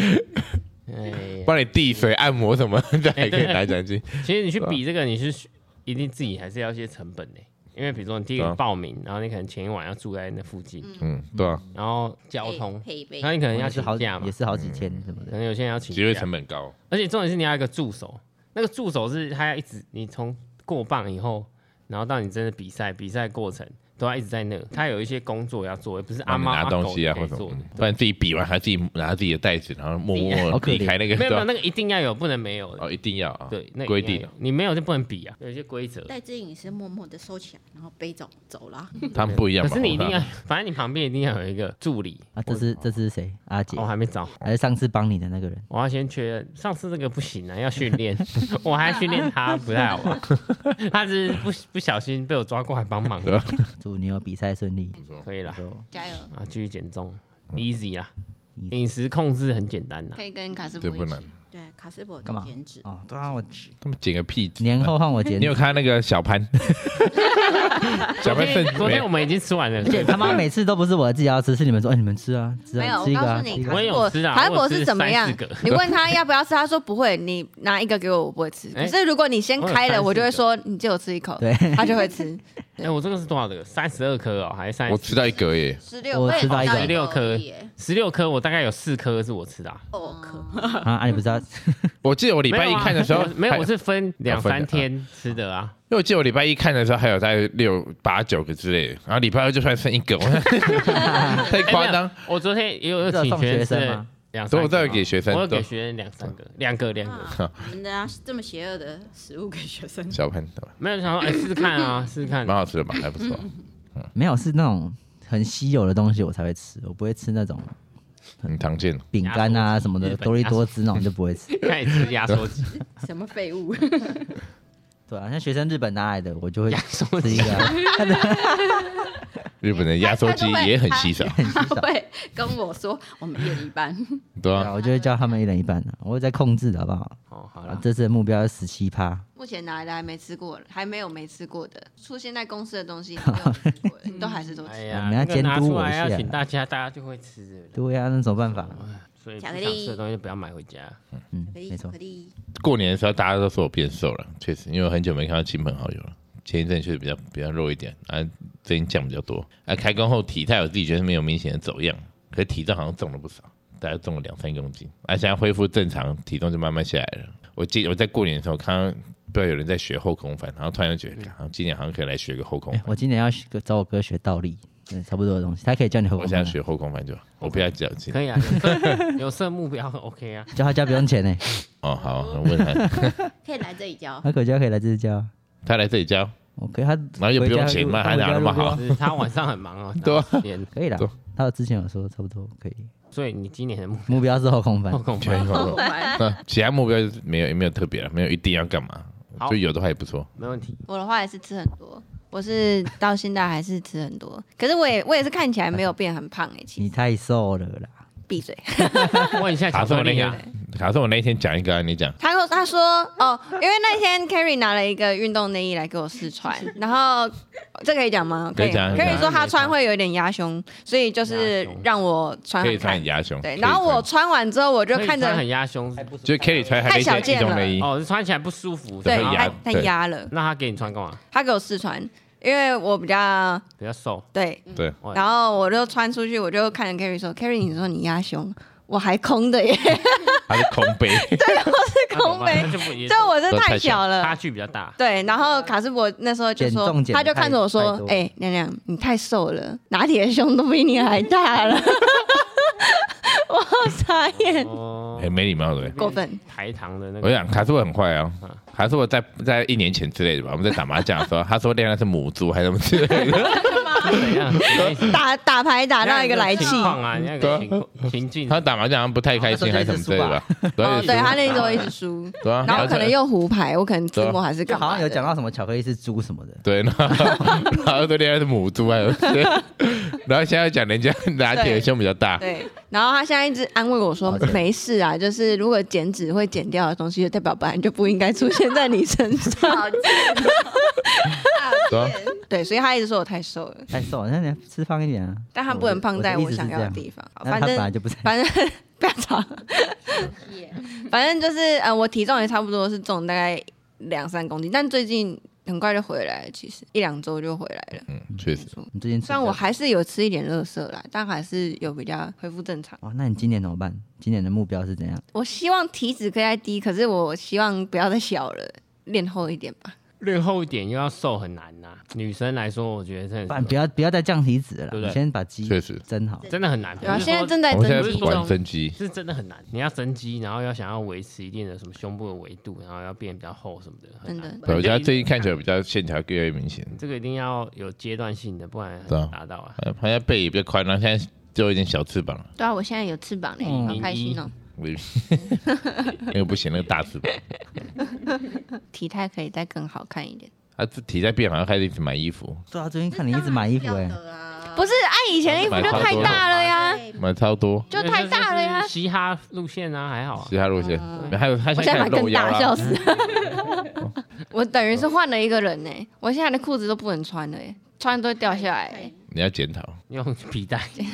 [SPEAKER 4] 哎，
[SPEAKER 2] 帮你递水、按摩什么，的，还可以拿奖金。
[SPEAKER 4] 其实你去
[SPEAKER 2] 啊
[SPEAKER 4] 比这个，你是一定自己还是要一些成本的，因为比如说你第一
[SPEAKER 2] 对
[SPEAKER 4] 个
[SPEAKER 2] 啊
[SPEAKER 4] 报名，然后你可能前一晚要住在那附近，
[SPEAKER 2] 嗯，对啊，
[SPEAKER 4] 然后交通，啊
[SPEAKER 7] 配备
[SPEAKER 4] 然，后你可能
[SPEAKER 5] 也
[SPEAKER 4] 要
[SPEAKER 5] 是
[SPEAKER 4] 请
[SPEAKER 5] 好
[SPEAKER 4] 假嘛嗯
[SPEAKER 5] 也，是好几千什么
[SPEAKER 4] 可
[SPEAKER 5] 的，
[SPEAKER 4] 能有些人要请
[SPEAKER 2] 机会
[SPEAKER 4] 假
[SPEAKER 2] 成，本高。
[SPEAKER 4] 而且重点是你要有一个助手，那个助手是他要一直你从过磅以后，然后到你真的比赛，比赛过程都要一直在那，他有一些工作要做，也不是阿
[SPEAKER 2] 帮你
[SPEAKER 4] 猫
[SPEAKER 2] 拿
[SPEAKER 4] 阿
[SPEAKER 2] 东
[SPEAKER 4] 狗
[SPEAKER 2] 西啊
[SPEAKER 4] 可
[SPEAKER 2] 或
[SPEAKER 4] 以
[SPEAKER 2] 什
[SPEAKER 4] 做
[SPEAKER 2] 么
[SPEAKER 4] 的，，
[SPEAKER 2] 不然自己比完还自己拿自己的袋子，然后默默
[SPEAKER 5] 好可
[SPEAKER 2] 避
[SPEAKER 5] 怜
[SPEAKER 2] 开那个
[SPEAKER 4] 没有没有
[SPEAKER 2] 对吧啊
[SPEAKER 4] 那个一定要有，不能没有的，
[SPEAKER 2] 哦，一定要啊，
[SPEAKER 4] 对，那一定要有
[SPEAKER 2] 规定，
[SPEAKER 4] 你没有就不能比啊，有一些规则。
[SPEAKER 7] 戴志颖是默默的收起来，然后背走走了。
[SPEAKER 2] 他们不一样嘛。
[SPEAKER 4] 可是你一定要
[SPEAKER 2] 我，
[SPEAKER 4] 反正你旁边一定要有一个助理。
[SPEAKER 5] 啊，这是这是谁？阿杰
[SPEAKER 4] 我，哦还没找，
[SPEAKER 5] 还是上次帮你的那个人？
[SPEAKER 4] 我要先确认。上次这个不行啊，要训练， 我还训练他不太好吧？ 他只是不不小心被我抓过来帮忙，
[SPEAKER 2] 对
[SPEAKER 5] 祝你有比赛顺利。
[SPEAKER 2] 啊
[SPEAKER 4] 可以啦，
[SPEAKER 7] 加油，
[SPEAKER 4] 啊，继续减重，easy
[SPEAKER 2] 嗯
[SPEAKER 4] 啦，饮食控制很简单啦。啊
[SPEAKER 7] 可以跟卡斯
[SPEAKER 2] 这
[SPEAKER 7] 伯
[SPEAKER 2] 不
[SPEAKER 7] 一
[SPEAKER 2] 能
[SPEAKER 7] 起。，
[SPEAKER 6] 对，卡斯伯
[SPEAKER 5] 干嘛
[SPEAKER 6] 减脂，
[SPEAKER 5] 哦，对啊，我
[SPEAKER 2] 他们剪个屁子。
[SPEAKER 5] 年后换我剪
[SPEAKER 2] 你，有看那个小 潘？小
[SPEAKER 4] 昨
[SPEAKER 2] 潘
[SPEAKER 4] 天
[SPEAKER 2] 肾
[SPEAKER 4] 昨
[SPEAKER 2] 没
[SPEAKER 4] 天
[SPEAKER 2] 有
[SPEAKER 4] 我们已经吃完 了
[SPEAKER 5] 而，且他妈每次都不是我自己要吃，是你们说，哎，你们吃啊，吃
[SPEAKER 7] 没有，
[SPEAKER 5] 啊，
[SPEAKER 7] 我
[SPEAKER 5] 吃一个
[SPEAKER 7] 告
[SPEAKER 5] 啊
[SPEAKER 7] 诉。你，
[SPEAKER 5] 吃一个啊
[SPEAKER 7] 卡
[SPEAKER 4] 我
[SPEAKER 7] 斯
[SPEAKER 4] 也有
[SPEAKER 7] 伯
[SPEAKER 4] 吃啊
[SPEAKER 7] 卡斯
[SPEAKER 4] 我
[SPEAKER 7] 伯
[SPEAKER 4] 吃
[SPEAKER 7] 是怎么样
[SPEAKER 4] 三四个？
[SPEAKER 7] 你问他要不要吃，他说不会，你拿一个给我，我不会吃。
[SPEAKER 4] 哎
[SPEAKER 7] 可是如果你先开
[SPEAKER 4] 我有三四
[SPEAKER 7] 了，
[SPEAKER 4] 个
[SPEAKER 7] 我就会说你借我吃一口，
[SPEAKER 5] 对，
[SPEAKER 7] 他就会吃。
[SPEAKER 4] 哎，我这个是多少个？三十二颗哦，还是三
[SPEAKER 2] 我吃到一格耶，
[SPEAKER 7] 十六，
[SPEAKER 5] 我
[SPEAKER 7] 也
[SPEAKER 5] 吃到一个
[SPEAKER 7] 吃
[SPEAKER 4] 16颗
[SPEAKER 7] 而已耶
[SPEAKER 4] 十六颗？我大概有四颗是我吃的啊。
[SPEAKER 7] 哦，颗。
[SPEAKER 5] 啊啊，你不知道？
[SPEAKER 2] 我记得我礼
[SPEAKER 4] 没
[SPEAKER 2] 拜一
[SPEAKER 4] 有啊
[SPEAKER 2] 看的时候
[SPEAKER 4] 我没有，
[SPEAKER 2] 还
[SPEAKER 4] 我
[SPEAKER 2] 因
[SPEAKER 4] 是分两
[SPEAKER 2] 啊分的
[SPEAKER 4] 三天吃的啊。
[SPEAKER 2] 为我记得我礼拜一看的时候还有大概六八九个之类的，然后礼拜二就算剩一个，我 太
[SPEAKER 4] 哎
[SPEAKER 2] 夸张。。
[SPEAKER 4] 没有我昨天也有
[SPEAKER 5] 这
[SPEAKER 4] 请
[SPEAKER 5] 送
[SPEAKER 4] 学
[SPEAKER 5] 学
[SPEAKER 4] 生
[SPEAKER 5] 生
[SPEAKER 4] 吃
[SPEAKER 5] 吗
[SPEAKER 4] 两
[SPEAKER 2] 所
[SPEAKER 4] 三个
[SPEAKER 2] 以
[SPEAKER 4] 啊，
[SPEAKER 2] 我都有给学生
[SPEAKER 4] 我有给
[SPEAKER 2] 都
[SPEAKER 4] 学生两三个，两个两个。
[SPEAKER 7] 啊你们家这么邪恶的食物给学生，
[SPEAKER 2] 小潘，对吧
[SPEAKER 4] 没有想说，哎，试试 看啊，试试看。
[SPEAKER 2] 蛮好吃的吧？还不错。
[SPEAKER 5] 没有，是那种很稀有的东西我才会吃，我不会吃那种
[SPEAKER 2] 很常见，
[SPEAKER 5] 饼干啊
[SPEAKER 4] 压缩
[SPEAKER 5] 什么
[SPEAKER 4] 日
[SPEAKER 5] 的，
[SPEAKER 4] 本
[SPEAKER 5] 多利
[SPEAKER 4] 压
[SPEAKER 5] 多汁那种就不会吃。
[SPEAKER 4] 开始吃压 缩机，
[SPEAKER 7] 什么 废物？
[SPEAKER 5] 对啊，像学生日本拿来的，我就会
[SPEAKER 4] 压缩
[SPEAKER 5] 吃一
[SPEAKER 4] 机
[SPEAKER 5] 个啊、
[SPEAKER 2] 日本的压缩机也很稀少，
[SPEAKER 7] 他会跟我说我们变一半，
[SPEAKER 2] 对
[SPEAKER 5] 对啊，
[SPEAKER 2] 啊，
[SPEAKER 5] 我就会叫他们一人一半的、啊我会在控制的好不好？
[SPEAKER 4] 哦，好
[SPEAKER 5] 啊
[SPEAKER 4] 了，，
[SPEAKER 5] 这次的目标是十七趴，
[SPEAKER 7] 目前拿来的还没吃过，还没有没吃过的，出现在公司的东西你没有吃过的你都还是都
[SPEAKER 4] 哎
[SPEAKER 7] 吃。
[SPEAKER 4] 呀，
[SPEAKER 5] 你们要
[SPEAKER 4] 那个拿
[SPEAKER 5] 监督
[SPEAKER 4] 出
[SPEAKER 5] 我一
[SPEAKER 4] 来
[SPEAKER 5] 下
[SPEAKER 2] 啊
[SPEAKER 4] 要请大家，大家就会吃的。
[SPEAKER 5] 对呀、啊那怎么办法？
[SPEAKER 4] 所以不
[SPEAKER 7] 巧克
[SPEAKER 4] 想
[SPEAKER 7] 力
[SPEAKER 4] 吃的东西就不要买回家。
[SPEAKER 5] 嗯，
[SPEAKER 7] 巧克力
[SPEAKER 5] 没
[SPEAKER 7] 巧
[SPEAKER 5] 错
[SPEAKER 7] 克，力，
[SPEAKER 2] 过年的时候大家都说我变瘦了，确实，因为我很久没看到亲朋好友了。前一阵确实比较比较肉一点，啊，最近降比较多。啊，开工后体态我自己觉得没有明显的走样，可是体重好像重了不少，大概重了两三公斤。啊，现在恢复正常，体重就慢慢下来了。我记我在过年的时候看到不知道有人在学后空翻，然后突然就觉得，啊，今年好像可以来学个后空
[SPEAKER 5] 哎、
[SPEAKER 2] 翻。
[SPEAKER 5] 我今年要学找我哥学倒立，嗯，差不多的东西，他可以教你后
[SPEAKER 2] 我
[SPEAKER 5] 空
[SPEAKER 2] 想
[SPEAKER 5] 翻、
[SPEAKER 2] 学后空翻就好，我不要较劲。
[SPEAKER 4] 可以啊，有设有设目标 OK 啊。
[SPEAKER 5] 教他教不用钱呢、
[SPEAKER 2] 哦，好，那问他，
[SPEAKER 7] 可以来这里教。
[SPEAKER 5] 哎他可教可以来这里教啊。
[SPEAKER 2] 他来这里教，
[SPEAKER 5] OK，他
[SPEAKER 2] 然后又不用钱嘛
[SPEAKER 5] 嘛，
[SPEAKER 2] 还拿那么好
[SPEAKER 4] 就是他晚上很忙哦，
[SPEAKER 2] 对啊
[SPEAKER 4] 他连
[SPEAKER 5] 可以啦
[SPEAKER 2] 对。
[SPEAKER 5] 他之前有说差不多可以，
[SPEAKER 4] 所以你今年的目
[SPEAKER 5] 目标是后空翻
[SPEAKER 4] 标。空
[SPEAKER 2] 全
[SPEAKER 4] 白，
[SPEAKER 2] 空手。 那其他目标就是没有也没有特别了，没有一定要干嘛
[SPEAKER 4] 好，
[SPEAKER 2] 就有的话也不错。
[SPEAKER 4] 没问题。
[SPEAKER 7] 我的话也是吃很多，我是到现在还是吃很多，可是我也我也是看起来没有变很胖哎、其
[SPEAKER 5] 你
[SPEAKER 7] 实
[SPEAKER 5] 太瘦了啦，
[SPEAKER 7] 闭嘴。
[SPEAKER 4] 问
[SPEAKER 7] 哎
[SPEAKER 4] 一下
[SPEAKER 2] 卡
[SPEAKER 4] 巧
[SPEAKER 2] 斯我
[SPEAKER 4] 克
[SPEAKER 2] 那
[SPEAKER 4] 力 啊，
[SPEAKER 2] 天，卡斯我那天讲一个啊，你讲，
[SPEAKER 7] 他说他说哦，因为那天 Carrie 拿了一个运动内衣来给我 试穿，然后这可以讲吗？
[SPEAKER 2] 可以
[SPEAKER 7] 以啊
[SPEAKER 2] 讲可以
[SPEAKER 7] Carrie
[SPEAKER 2] 讲
[SPEAKER 7] 说她穿会有点压胸，所以就是
[SPEAKER 4] 压胸
[SPEAKER 7] 让我穿
[SPEAKER 2] 可以
[SPEAKER 7] 很
[SPEAKER 2] 穿
[SPEAKER 7] 看。
[SPEAKER 2] 鸭胸，
[SPEAKER 7] 啊对，
[SPEAKER 2] 可以
[SPEAKER 7] 然后我
[SPEAKER 2] 穿
[SPEAKER 7] 穿完之后，我就
[SPEAKER 4] 所以
[SPEAKER 7] 看
[SPEAKER 4] 穿
[SPEAKER 7] 着
[SPEAKER 4] 很压胸，
[SPEAKER 2] 哎就是 Kelly 穿
[SPEAKER 7] 太
[SPEAKER 2] 还
[SPEAKER 7] 小
[SPEAKER 2] 那件
[SPEAKER 7] 件
[SPEAKER 2] 运动
[SPEAKER 7] 了
[SPEAKER 2] 内衣，
[SPEAKER 4] 哦，是穿起来不舒服，
[SPEAKER 7] 对
[SPEAKER 2] 很
[SPEAKER 4] 然后
[SPEAKER 2] 压
[SPEAKER 7] 太太
[SPEAKER 2] 对
[SPEAKER 7] 压了，
[SPEAKER 4] 那他给你穿干嘛？
[SPEAKER 7] 他给我试穿，因为我比较
[SPEAKER 4] 比 较瘦，
[SPEAKER 7] 对，
[SPEAKER 2] 对，
[SPEAKER 4] 哇
[SPEAKER 7] 然后我就穿出去，我就看着 Carrie 说：“Carrie，你说你压胸，我还空的耶，
[SPEAKER 2] 还是空 杯，
[SPEAKER 7] 是空
[SPEAKER 4] 那
[SPEAKER 7] 杯
[SPEAKER 4] 怎么办，那就不 一
[SPEAKER 7] 这我是
[SPEAKER 2] 都太
[SPEAKER 7] 太
[SPEAKER 2] 小
[SPEAKER 7] 小了。”
[SPEAKER 4] 差距比较大。
[SPEAKER 7] 对，然后卡斯伯那时候就
[SPEAKER 5] 减
[SPEAKER 7] 说
[SPEAKER 5] 重，减
[SPEAKER 7] 他就看着我
[SPEAKER 5] 太
[SPEAKER 7] 说
[SPEAKER 5] 太多：“
[SPEAKER 7] 哎、亮亮，你太瘦了，拿铁的胸都比你还大了。” 我好傻 眼，
[SPEAKER 4] 哦，
[SPEAKER 2] 很没礼貌的。
[SPEAKER 7] 过分。
[SPEAKER 4] 台糖的那
[SPEAKER 2] 哎我
[SPEAKER 4] 个，
[SPEAKER 2] 想卡斯我很坏啊，
[SPEAKER 7] 嗯
[SPEAKER 2] 卡斯我在在一年前之类的吧，我们在打麻将的时候，他说练的是母猪还是什么之类 的，
[SPEAKER 4] 怎样？
[SPEAKER 7] 打打牌打啊到一个来气，
[SPEAKER 4] 情况
[SPEAKER 5] 嗯
[SPEAKER 4] 啊，那个情况情境，
[SPEAKER 2] 他打麻将好像不太开心还是什么之类的吧，对
[SPEAKER 4] 哦
[SPEAKER 7] 对哦他那时候一直输，
[SPEAKER 2] 对啊，
[SPEAKER 7] 然后可能
[SPEAKER 2] 又
[SPEAKER 7] 又胡牌，我可能字幕还是
[SPEAKER 5] 就
[SPEAKER 7] 干
[SPEAKER 5] 好
[SPEAKER 7] 嘛
[SPEAKER 5] 像有讲
[SPEAKER 7] 的。
[SPEAKER 5] 到什么巧克力是猪什么的，
[SPEAKER 2] 对，然后然后说练的是母猪还是什么之类的，然后现在讲人家拿铁的胸比较大，
[SPEAKER 7] 对，然后他现在一直安慰我说：“没事啊，就是如果减脂会减掉的东西，就代表本来就不应该出现在你身上。
[SPEAKER 2] 对啊，”
[SPEAKER 7] 对，所以他一直说我太瘦了，
[SPEAKER 5] 太瘦，了，那你吃胖一点啊。
[SPEAKER 7] 但他不能胖在
[SPEAKER 5] 我
[SPEAKER 7] 我
[SPEAKER 5] 的意思是
[SPEAKER 7] 想
[SPEAKER 5] 这
[SPEAKER 7] 要的
[SPEAKER 5] 样
[SPEAKER 7] 地方。好
[SPEAKER 5] 那
[SPEAKER 7] 反
[SPEAKER 5] 他本
[SPEAKER 7] 正
[SPEAKER 5] 来就不在。
[SPEAKER 7] 反正 不要吵了， 反正就是呃，我体重也差不多是重大概两三公斤，但最近很快就回来了，其实一两周就回来了。
[SPEAKER 2] 嗯，确实，
[SPEAKER 5] 你最近吃比较
[SPEAKER 7] 虽然我还是有吃一点垃圾啦，但还是有比较恢复正常。
[SPEAKER 5] 哇，哦那你今年怎么办？今年的目标是怎样？
[SPEAKER 7] 我希望体脂可以再低，可是我希望不要再小了，练厚一点吧。
[SPEAKER 4] 略厚一点又要瘦很难呐。女生来说，我觉得真
[SPEAKER 5] 不
[SPEAKER 4] 的
[SPEAKER 5] 然
[SPEAKER 4] 是
[SPEAKER 5] 不要不要再降体脂了啦，
[SPEAKER 4] 对不对
[SPEAKER 5] 你先把肌
[SPEAKER 2] 确实，
[SPEAKER 5] 增好。
[SPEAKER 4] 真的很难。
[SPEAKER 7] 对啊，
[SPEAKER 4] 不是
[SPEAKER 7] 现在
[SPEAKER 4] 说
[SPEAKER 7] 正在
[SPEAKER 2] 我
[SPEAKER 7] 增
[SPEAKER 2] 们现
[SPEAKER 7] 肌
[SPEAKER 2] 在
[SPEAKER 7] 中
[SPEAKER 2] 玩。增肌，
[SPEAKER 4] 是真的很难，你要增肌，然后要想要维持一定的什么胸部的维度，然后要变比较厚什么的，很难
[SPEAKER 7] 真的
[SPEAKER 2] 对，我觉得他最近看起来比较线条越来越明显，
[SPEAKER 4] 这个一定要有阶段性的，不然很
[SPEAKER 2] 对啊
[SPEAKER 4] 难达到啊。
[SPEAKER 2] 呃他现在背也比较宽了，现在就有一点小翅膀了，
[SPEAKER 7] 对啊，我现在有翅膀嘞，
[SPEAKER 5] 嗯
[SPEAKER 7] 好开心哦！
[SPEAKER 2] 我 因为不行那个大翅膀。
[SPEAKER 7] 体态可以再更好看一点。
[SPEAKER 2] 他自体态变好，他开始一直买衣服，
[SPEAKER 5] 对啊，最近看你一直买衣服哎、
[SPEAKER 7] 不是，按以前的衣服就太大了呀，
[SPEAKER 2] 买超多。
[SPEAKER 7] 就太大了呀
[SPEAKER 4] 就是。嘻哈路线啊，还好啊
[SPEAKER 2] 其。他路线，还有他
[SPEAKER 7] 嗯
[SPEAKER 2] 现
[SPEAKER 7] 我
[SPEAKER 2] 在
[SPEAKER 7] 现在
[SPEAKER 2] 开
[SPEAKER 7] 买
[SPEAKER 2] 始露
[SPEAKER 7] 更
[SPEAKER 2] 腰
[SPEAKER 7] 大，笑
[SPEAKER 2] 啦，
[SPEAKER 7] 死！ 我等于是换了一个人呢、我现在的裤子都不能穿了、欸，穿都会掉下来、
[SPEAKER 6] 哎
[SPEAKER 7] 欸，
[SPEAKER 2] 你要检讨。
[SPEAKER 4] 用皮带，
[SPEAKER 6] 这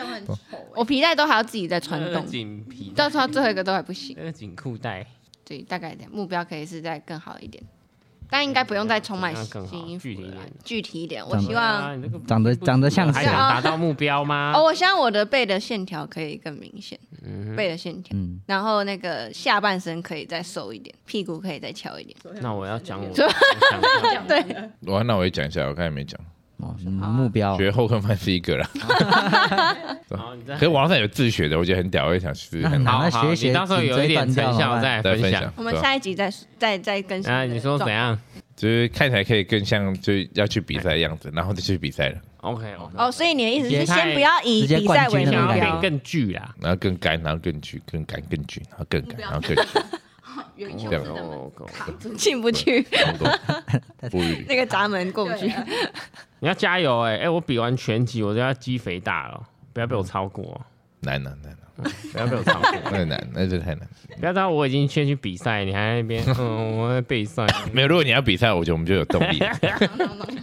[SPEAKER 6] 样会很丑欸。
[SPEAKER 2] 哦
[SPEAKER 7] 我皮带都还要自己再穿
[SPEAKER 4] 那个
[SPEAKER 7] 动，
[SPEAKER 4] 紧皮带，
[SPEAKER 7] 到穿最后一个都还不行。
[SPEAKER 4] 那个紧裤带，
[SPEAKER 7] 对，大概这样目标可以是再更好一点，但应该不用再充满
[SPEAKER 4] 那
[SPEAKER 7] 新
[SPEAKER 4] 更好
[SPEAKER 7] 衣服
[SPEAKER 4] 具体一
[SPEAKER 7] 了
[SPEAKER 4] 点，
[SPEAKER 7] 具体一点。我
[SPEAKER 5] 长得
[SPEAKER 7] 希
[SPEAKER 4] 对啊
[SPEAKER 7] 望，
[SPEAKER 4] 你这个
[SPEAKER 5] 长得
[SPEAKER 4] 不
[SPEAKER 5] 长得像
[SPEAKER 4] 还
[SPEAKER 5] 谁
[SPEAKER 4] 想？
[SPEAKER 7] 啊
[SPEAKER 4] 达到目标吗？
[SPEAKER 7] 哦，我希望我的背的线条可以更明显，背的线条。
[SPEAKER 5] 嗯，
[SPEAKER 7] 然后那个下半身可以再瘦一点，屁股可以再翘一点。
[SPEAKER 4] 那我要 讲我，
[SPEAKER 7] 就
[SPEAKER 4] 我想一下
[SPEAKER 7] 对，
[SPEAKER 2] 我那我也讲一下，我刚才没讲，
[SPEAKER 5] 哦，你的目标
[SPEAKER 2] 学后空翻是一个 啦。
[SPEAKER 4] 然后你再
[SPEAKER 2] 可是网上有自学的，我觉得很屌，我也想试试
[SPEAKER 5] 那很
[SPEAKER 2] 看。
[SPEAKER 5] 难
[SPEAKER 4] 好
[SPEAKER 5] 啊，
[SPEAKER 4] 好，
[SPEAKER 5] 学一
[SPEAKER 4] 你
[SPEAKER 5] 学
[SPEAKER 4] 到时候有一点成效再
[SPEAKER 2] 再
[SPEAKER 4] 分
[SPEAKER 2] 分
[SPEAKER 4] 享
[SPEAKER 2] 享。。
[SPEAKER 7] 我们
[SPEAKER 2] 对吧
[SPEAKER 7] 下一集再再再更新。
[SPEAKER 4] 啊，你说怎？样
[SPEAKER 2] 就是看起来可以更像就是要去比赛的样子，然后就去比赛了，
[SPEAKER 4] ？OK，哦，
[SPEAKER 7] 哦，所以你的意思
[SPEAKER 4] 直接
[SPEAKER 7] 是
[SPEAKER 4] 太
[SPEAKER 7] 先不要以
[SPEAKER 5] 直接
[SPEAKER 7] 比赛
[SPEAKER 5] 冠
[SPEAKER 7] 为目
[SPEAKER 5] 军的
[SPEAKER 4] 想
[SPEAKER 5] 那
[SPEAKER 4] 要
[SPEAKER 5] 种
[SPEAKER 4] 变
[SPEAKER 7] 标，
[SPEAKER 4] 更巨啦。
[SPEAKER 2] 然后更干，然后更举，更干，更举，然后更干，然后更举，
[SPEAKER 6] 哎有
[SPEAKER 2] 嗯这样
[SPEAKER 4] 哦够了
[SPEAKER 7] 进不去
[SPEAKER 2] 差不多。不予理
[SPEAKER 7] 那个闸门过不去。
[SPEAKER 2] 啊
[SPEAKER 6] 啊
[SPEAKER 4] 你要加油哎、欸、哎、我比完拳击我就要肌肥大了，不要被我超过哦，
[SPEAKER 2] 难啊难难，
[SPEAKER 4] 不要被我超过，
[SPEAKER 2] 那难，啊那就太难。
[SPEAKER 4] 不要到我已经先去比赛，你还在那边嗯我在备赛，
[SPEAKER 2] 没有，如果你要比赛，我觉得我们就有动力了。
[SPEAKER 6] 啊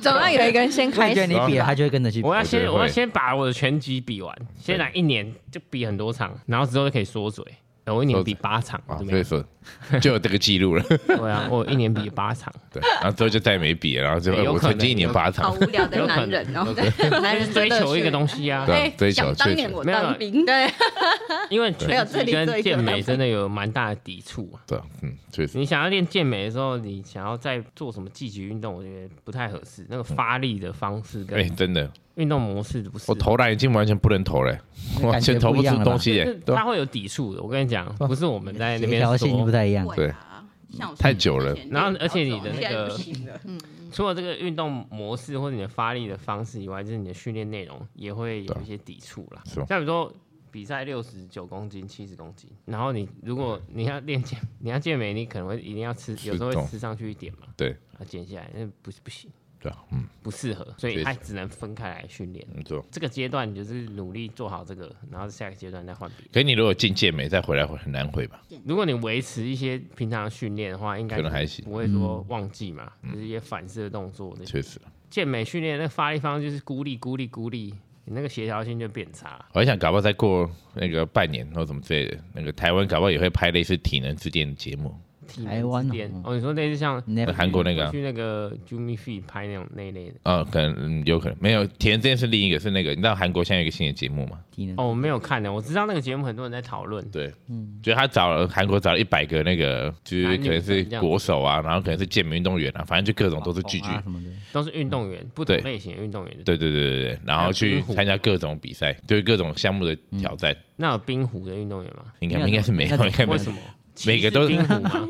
[SPEAKER 7] 总要有一个人先
[SPEAKER 5] 我
[SPEAKER 7] 开
[SPEAKER 5] 觉得
[SPEAKER 7] 始
[SPEAKER 5] 你比了，他就会跟着去比
[SPEAKER 4] 我。要先
[SPEAKER 2] 我觉得
[SPEAKER 4] 我
[SPEAKER 2] 会
[SPEAKER 4] 要先把我的拳击比完，先来一年就比很多场，然后之后就可以缩嘴。哎我一年比八场，
[SPEAKER 2] 啊，
[SPEAKER 4] 怎么
[SPEAKER 2] 所以
[SPEAKER 4] 样？
[SPEAKER 2] 说就有这个记 录了。
[SPEAKER 4] 对啊，我一年比八场，
[SPEAKER 2] 对，然后之后就再也没比了，然后就
[SPEAKER 4] 对有
[SPEAKER 2] 我
[SPEAKER 4] 可
[SPEAKER 2] 曾经一
[SPEAKER 4] 能
[SPEAKER 2] 年八
[SPEAKER 6] 好
[SPEAKER 2] 场
[SPEAKER 6] 无，聊的男人哦，
[SPEAKER 7] 男人
[SPEAKER 4] 追求一个东西啊，
[SPEAKER 2] 对，追求
[SPEAKER 6] 想
[SPEAKER 2] 确
[SPEAKER 6] 当
[SPEAKER 2] 实
[SPEAKER 6] 年，我
[SPEAKER 4] 没有
[SPEAKER 6] 当兵，
[SPEAKER 7] 对，
[SPEAKER 4] 因为
[SPEAKER 7] 没有这
[SPEAKER 4] 拳击
[SPEAKER 7] 里做
[SPEAKER 4] 跟
[SPEAKER 7] 一个
[SPEAKER 4] 健美真的有蛮大的抵触啊。
[SPEAKER 2] 对，嗯，确实，
[SPEAKER 4] 你想要练健美的时候，你想要再做什么积极运动，我觉得不太合适。那个发力的方式
[SPEAKER 2] 嗯哎，
[SPEAKER 4] 跟
[SPEAKER 2] 真的，
[SPEAKER 4] 运动模式不是
[SPEAKER 2] 我投篮已经完全不能投了， 完全投不出东西耶
[SPEAKER 4] 是，
[SPEAKER 2] 对啊
[SPEAKER 4] 他，会有抵触的。我跟你讲，不是我们在那
[SPEAKER 5] 协
[SPEAKER 4] 边
[SPEAKER 5] 调性不
[SPEAKER 4] 说，
[SPEAKER 5] 太一样，
[SPEAKER 2] 啊对
[SPEAKER 6] 啊像我
[SPEAKER 2] 太久了
[SPEAKER 6] 之前
[SPEAKER 4] 然后而且你的那
[SPEAKER 6] 现在
[SPEAKER 4] 个
[SPEAKER 2] 嗯
[SPEAKER 6] 不行了嗯
[SPEAKER 4] 除了这个运动模式或者你的发力的方式以外，就是你的训练内容也会有一些抵触啦
[SPEAKER 2] 啊是吧。哦
[SPEAKER 4] 像比如说比赛六十九公斤、七十公斤，然后你如果
[SPEAKER 2] 嗯
[SPEAKER 4] 你要练健，你要健美，你可能会一定要吃，
[SPEAKER 2] 吃
[SPEAKER 4] 有时候会
[SPEAKER 2] 重
[SPEAKER 4] 吃上去一点嘛，
[SPEAKER 2] 对
[SPEAKER 4] 然后减下来，那不是不行，
[SPEAKER 2] 对啊，嗯，
[SPEAKER 4] 不适合，所以
[SPEAKER 2] 确实
[SPEAKER 4] 它只能分开来训练。
[SPEAKER 2] 没错。
[SPEAKER 4] 这个阶段你就是努力做好这个，然后下个阶段再换别的。
[SPEAKER 2] 可是你如果进健美再回来，会很难回吧？
[SPEAKER 4] 如果你维持一些平常的训练的话，应该
[SPEAKER 2] 可能还行嗯
[SPEAKER 4] 不会说忘记嘛，就是一些反射动作那些。
[SPEAKER 2] 确实，
[SPEAKER 4] 健美训练那个发力方式就是孤立孤立孤立，你那个协调性就变差。
[SPEAKER 2] 我还想搞不好再过那个半年或什么之类的，那个台湾搞不好也会拍类似体能之巅的节目，
[SPEAKER 4] 体
[SPEAKER 5] 台湾哦
[SPEAKER 4] 能之巅哦，你说类似像
[SPEAKER 5] 那
[SPEAKER 2] 韩国那个啊
[SPEAKER 4] 去那个 Jimmy f e e 拍那种那一类的
[SPEAKER 2] 啊，可能嗯有可能没有体能之巅是另一个，是那个你知道韩国现在有一个新的节目吗？
[SPEAKER 5] 体能
[SPEAKER 4] 哦，我没有看的，我知道那个节目很多人在讨论。
[SPEAKER 2] 对，嗯，就是他找了韩国找了一百个那个，就是可能是国手啊，然后可能是健美运动员啊，反正就各种都是聚
[SPEAKER 5] 巨
[SPEAKER 2] 聚，
[SPEAKER 5] 啊什么的，
[SPEAKER 4] 都是运动员，不同
[SPEAKER 2] 对
[SPEAKER 4] 类型的运动员。，
[SPEAKER 2] 对对对对对，然后去参加各种比赛，就是各种项目的挑战，
[SPEAKER 4] 那有冰壶的运动员吗？
[SPEAKER 2] 应该应该是没嗯有，应该没有
[SPEAKER 4] 为什，么？
[SPEAKER 2] 每个都
[SPEAKER 4] 歧视冰壶吗？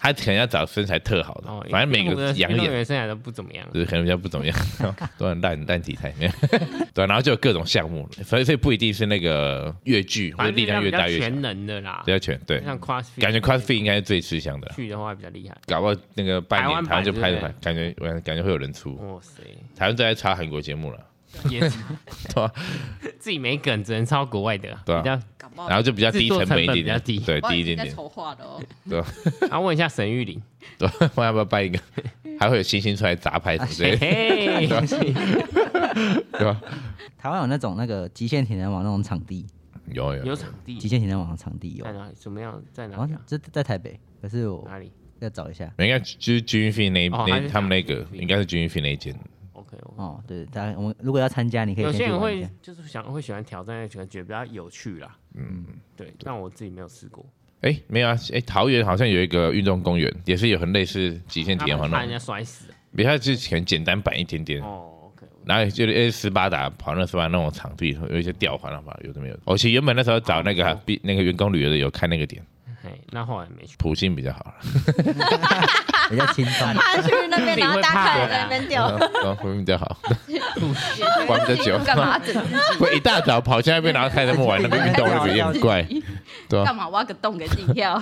[SPEAKER 2] 他可能要找身材特好的
[SPEAKER 4] 哦，，
[SPEAKER 2] 反正每
[SPEAKER 4] 冰壶
[SPEAKER 2] 个
[SPEAKER 4] 的
[SPEAKER 2] 养
[SPEAKER 4] 运动
[SPEAKER 2] 眼
[SPEAKER 4] 员身材都不怎么样。
[SPEAKER 2] 就是可能比较不怎么样， 都很烂烂体态，没有 对，然后就有各种项目，所以所以不一定是那个越剧或
[SPEAKER 4] 反
[SPEAKER 2] 者
[SPEAKER 4] 正
[SPEAKER 2] 力量越大
[SPEAKER 4] 比
[SPEAKER 2] 越
[SPEAKER 4] 较
[SPEAKER 2] 强，
[SPEAKER 4] 全能的啦
[SPEAKER 2] 比，较全对，
[SPEAKER 4] 像 CrossFit
[SPEAKER 2] 感觉 CrossFit 应该是最吃香的啦，
[SPEAKER 4] 去的话比较厉害。
[SPEAKER 2] 搞不好那个半
[SPEAKER 4] 台
[SPEAKER 2] 年
[SPEAKER 4] 湾
[SPEAKER 2] 台湾
[SPEAKER 4] 版
[SPEAKER 2] 就拍了
[SPEAKER 4] 对不对
[SPEAKER 2] 吧，感觉感觉会有人出，
[SPEAKER 4] 哇塞，
[SPEAKER 2] 台湾都在查韩国节目了，
[SPEAKER 4] 也是
[SPEAKER 2] 对啊
[SPEAKER 4] 自己没梗，只能抄国外的，
[SPEAKER 2] 对啊
[SPEAKER 4] 比较
[SPEAKER 6] 搞不好
[SPEAKER 2] 然后就比较低成本一点点，
[SPEAKER 4] 哦制作成
[SPEAKER 2] 对，
[SPEAKER 6] 我
[SPEAKER 2] 低一
[SPEAKER 6] 已经
[SPEAKER 2] 点
[SPEAKER 6] 在
[SPEAKER 2] 点，
[SPEAKER 6] 筹划了哦。
[SPEAKER 4] 啊，问一下沈玉玲，
[SPEAKER 2] 对，我要不要办一个？还会有星星出来砸牌什么之类
[SPEAKER 4] 嘿
[SPEAKER 2] 的，
[SPEAKER 4] 嘿，
[SPEAKER 2] 啊对吧？
[SPEAKER 5] 台湾有那种那个极限体能网那种场地，
[SPEAKER 2] 有有
[SPEAKER 4] 有
[SPEAKER 2] 有，
[SPEAKER 4] 场
[SPEAKER 5] 极
[SPEAKER 4] 地
[SPEAKER 5] 限体能网的场地有
[SPEAKER 4] 在，哪里？怎么样？在哪
[SPEAKER 5] 好
[SPEAKER 4] 里
[SPEAKER 5] 像
[SPEAKER 4] 啊？
[SPEAKER 5] 这在台北，可是我
[SPEAKER 4] 哪里
[SPEAKER 5] 要找一下。
[SPEAKER 2] 应该就是军训那一
[SPEAKER 4] 哦
[SPEAKER 2] 那
[SPEAKER 4] 还是
[SPEAKER 2] 他们那个
[SPEAKER 4] 军训
[SPEAKER 2] 应该是军训那一间，
[SPEAKER 4] ？OK，OK。
[SPEAKER 5] 哦，对，大家我们如果要参加，你可以
[SPEAKER 4] 有
[SPEAKER 5] 先
[SPEAKER 4] 些
[SPEAKER 5] 去
[SPEAKER 4] 人
[SPEAKER 5] 玩一
[SPEAKER 4] 会
[SPEAKER 5] 下。
[SPEAKER 4] 就是想会喜欢挑战，觉得觉得比较有趣啦。嗯，对，但我自己没有试过。
[SPEAKER 2] 哎、没有啊，哎、桃园好像有一个运动公园，也是有很类似极限体验活
[SPEAKER 4] 他们
[SPEAKER 2] 动
[SPEAKER 4] 怕，人家摔死。
[SPEAKER 2] 比它之前简单版一点点。
[SPEAKER 4] 哦，OK，
[SPEAKER 2] 然后就是哎，斯巴达跑那斯巴达那种场地，有一些吊环啊，有的没有的。我其实原本那时候找那个啊
[SPEAKER 4] 哦
[SPEAKER 2] 比那个员工旅游的有看那个点，
[SPEAKER 4] 嘿，那后来没去。
[SPEAKER 2] 普信比较好了。
[SPEAKER 5] 比较轻 松，
[SPEAKER 6] 他啊去那边，然后大家开始在那边掉，
[SPEAKER 2] 啊，普信比较好，玩比较久。
[SPEAKER 6] 干嘛整自己？
[SPEAKER 2] 会一大早跑去那边，然后看他们玩那个运动，那个也很怪，对
[SPEAKER 6] 干
[SPEAKER 2] 吧？
[SPEAKER 6] 嘛挖个洞给自己 跳？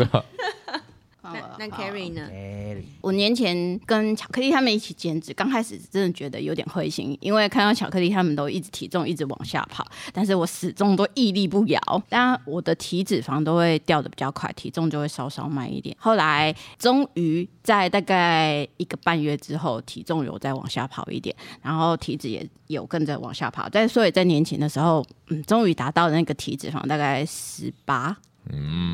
[SPEAKER 6] 啊
[SPEAKER 7] 那那 Carrie 呢？
[SPEAKER 5] 哎，
[SPEAKER 6] 五年前跟巧克力他们一起减脂，刚开始真的觉得有点灰心，因为看到巧克力他们都一直体重一直往下跑，但是我始终都屹立不摇。当然我的体脂肪都会掉的比较快，体重就会稍稍慢一点。后来终于在大概一个半月之后，体重有再往下跑一点，然后体脂也有跟着往下跑。但所以在年前的时候，嗯，终于达到那个体脂肪大概十八。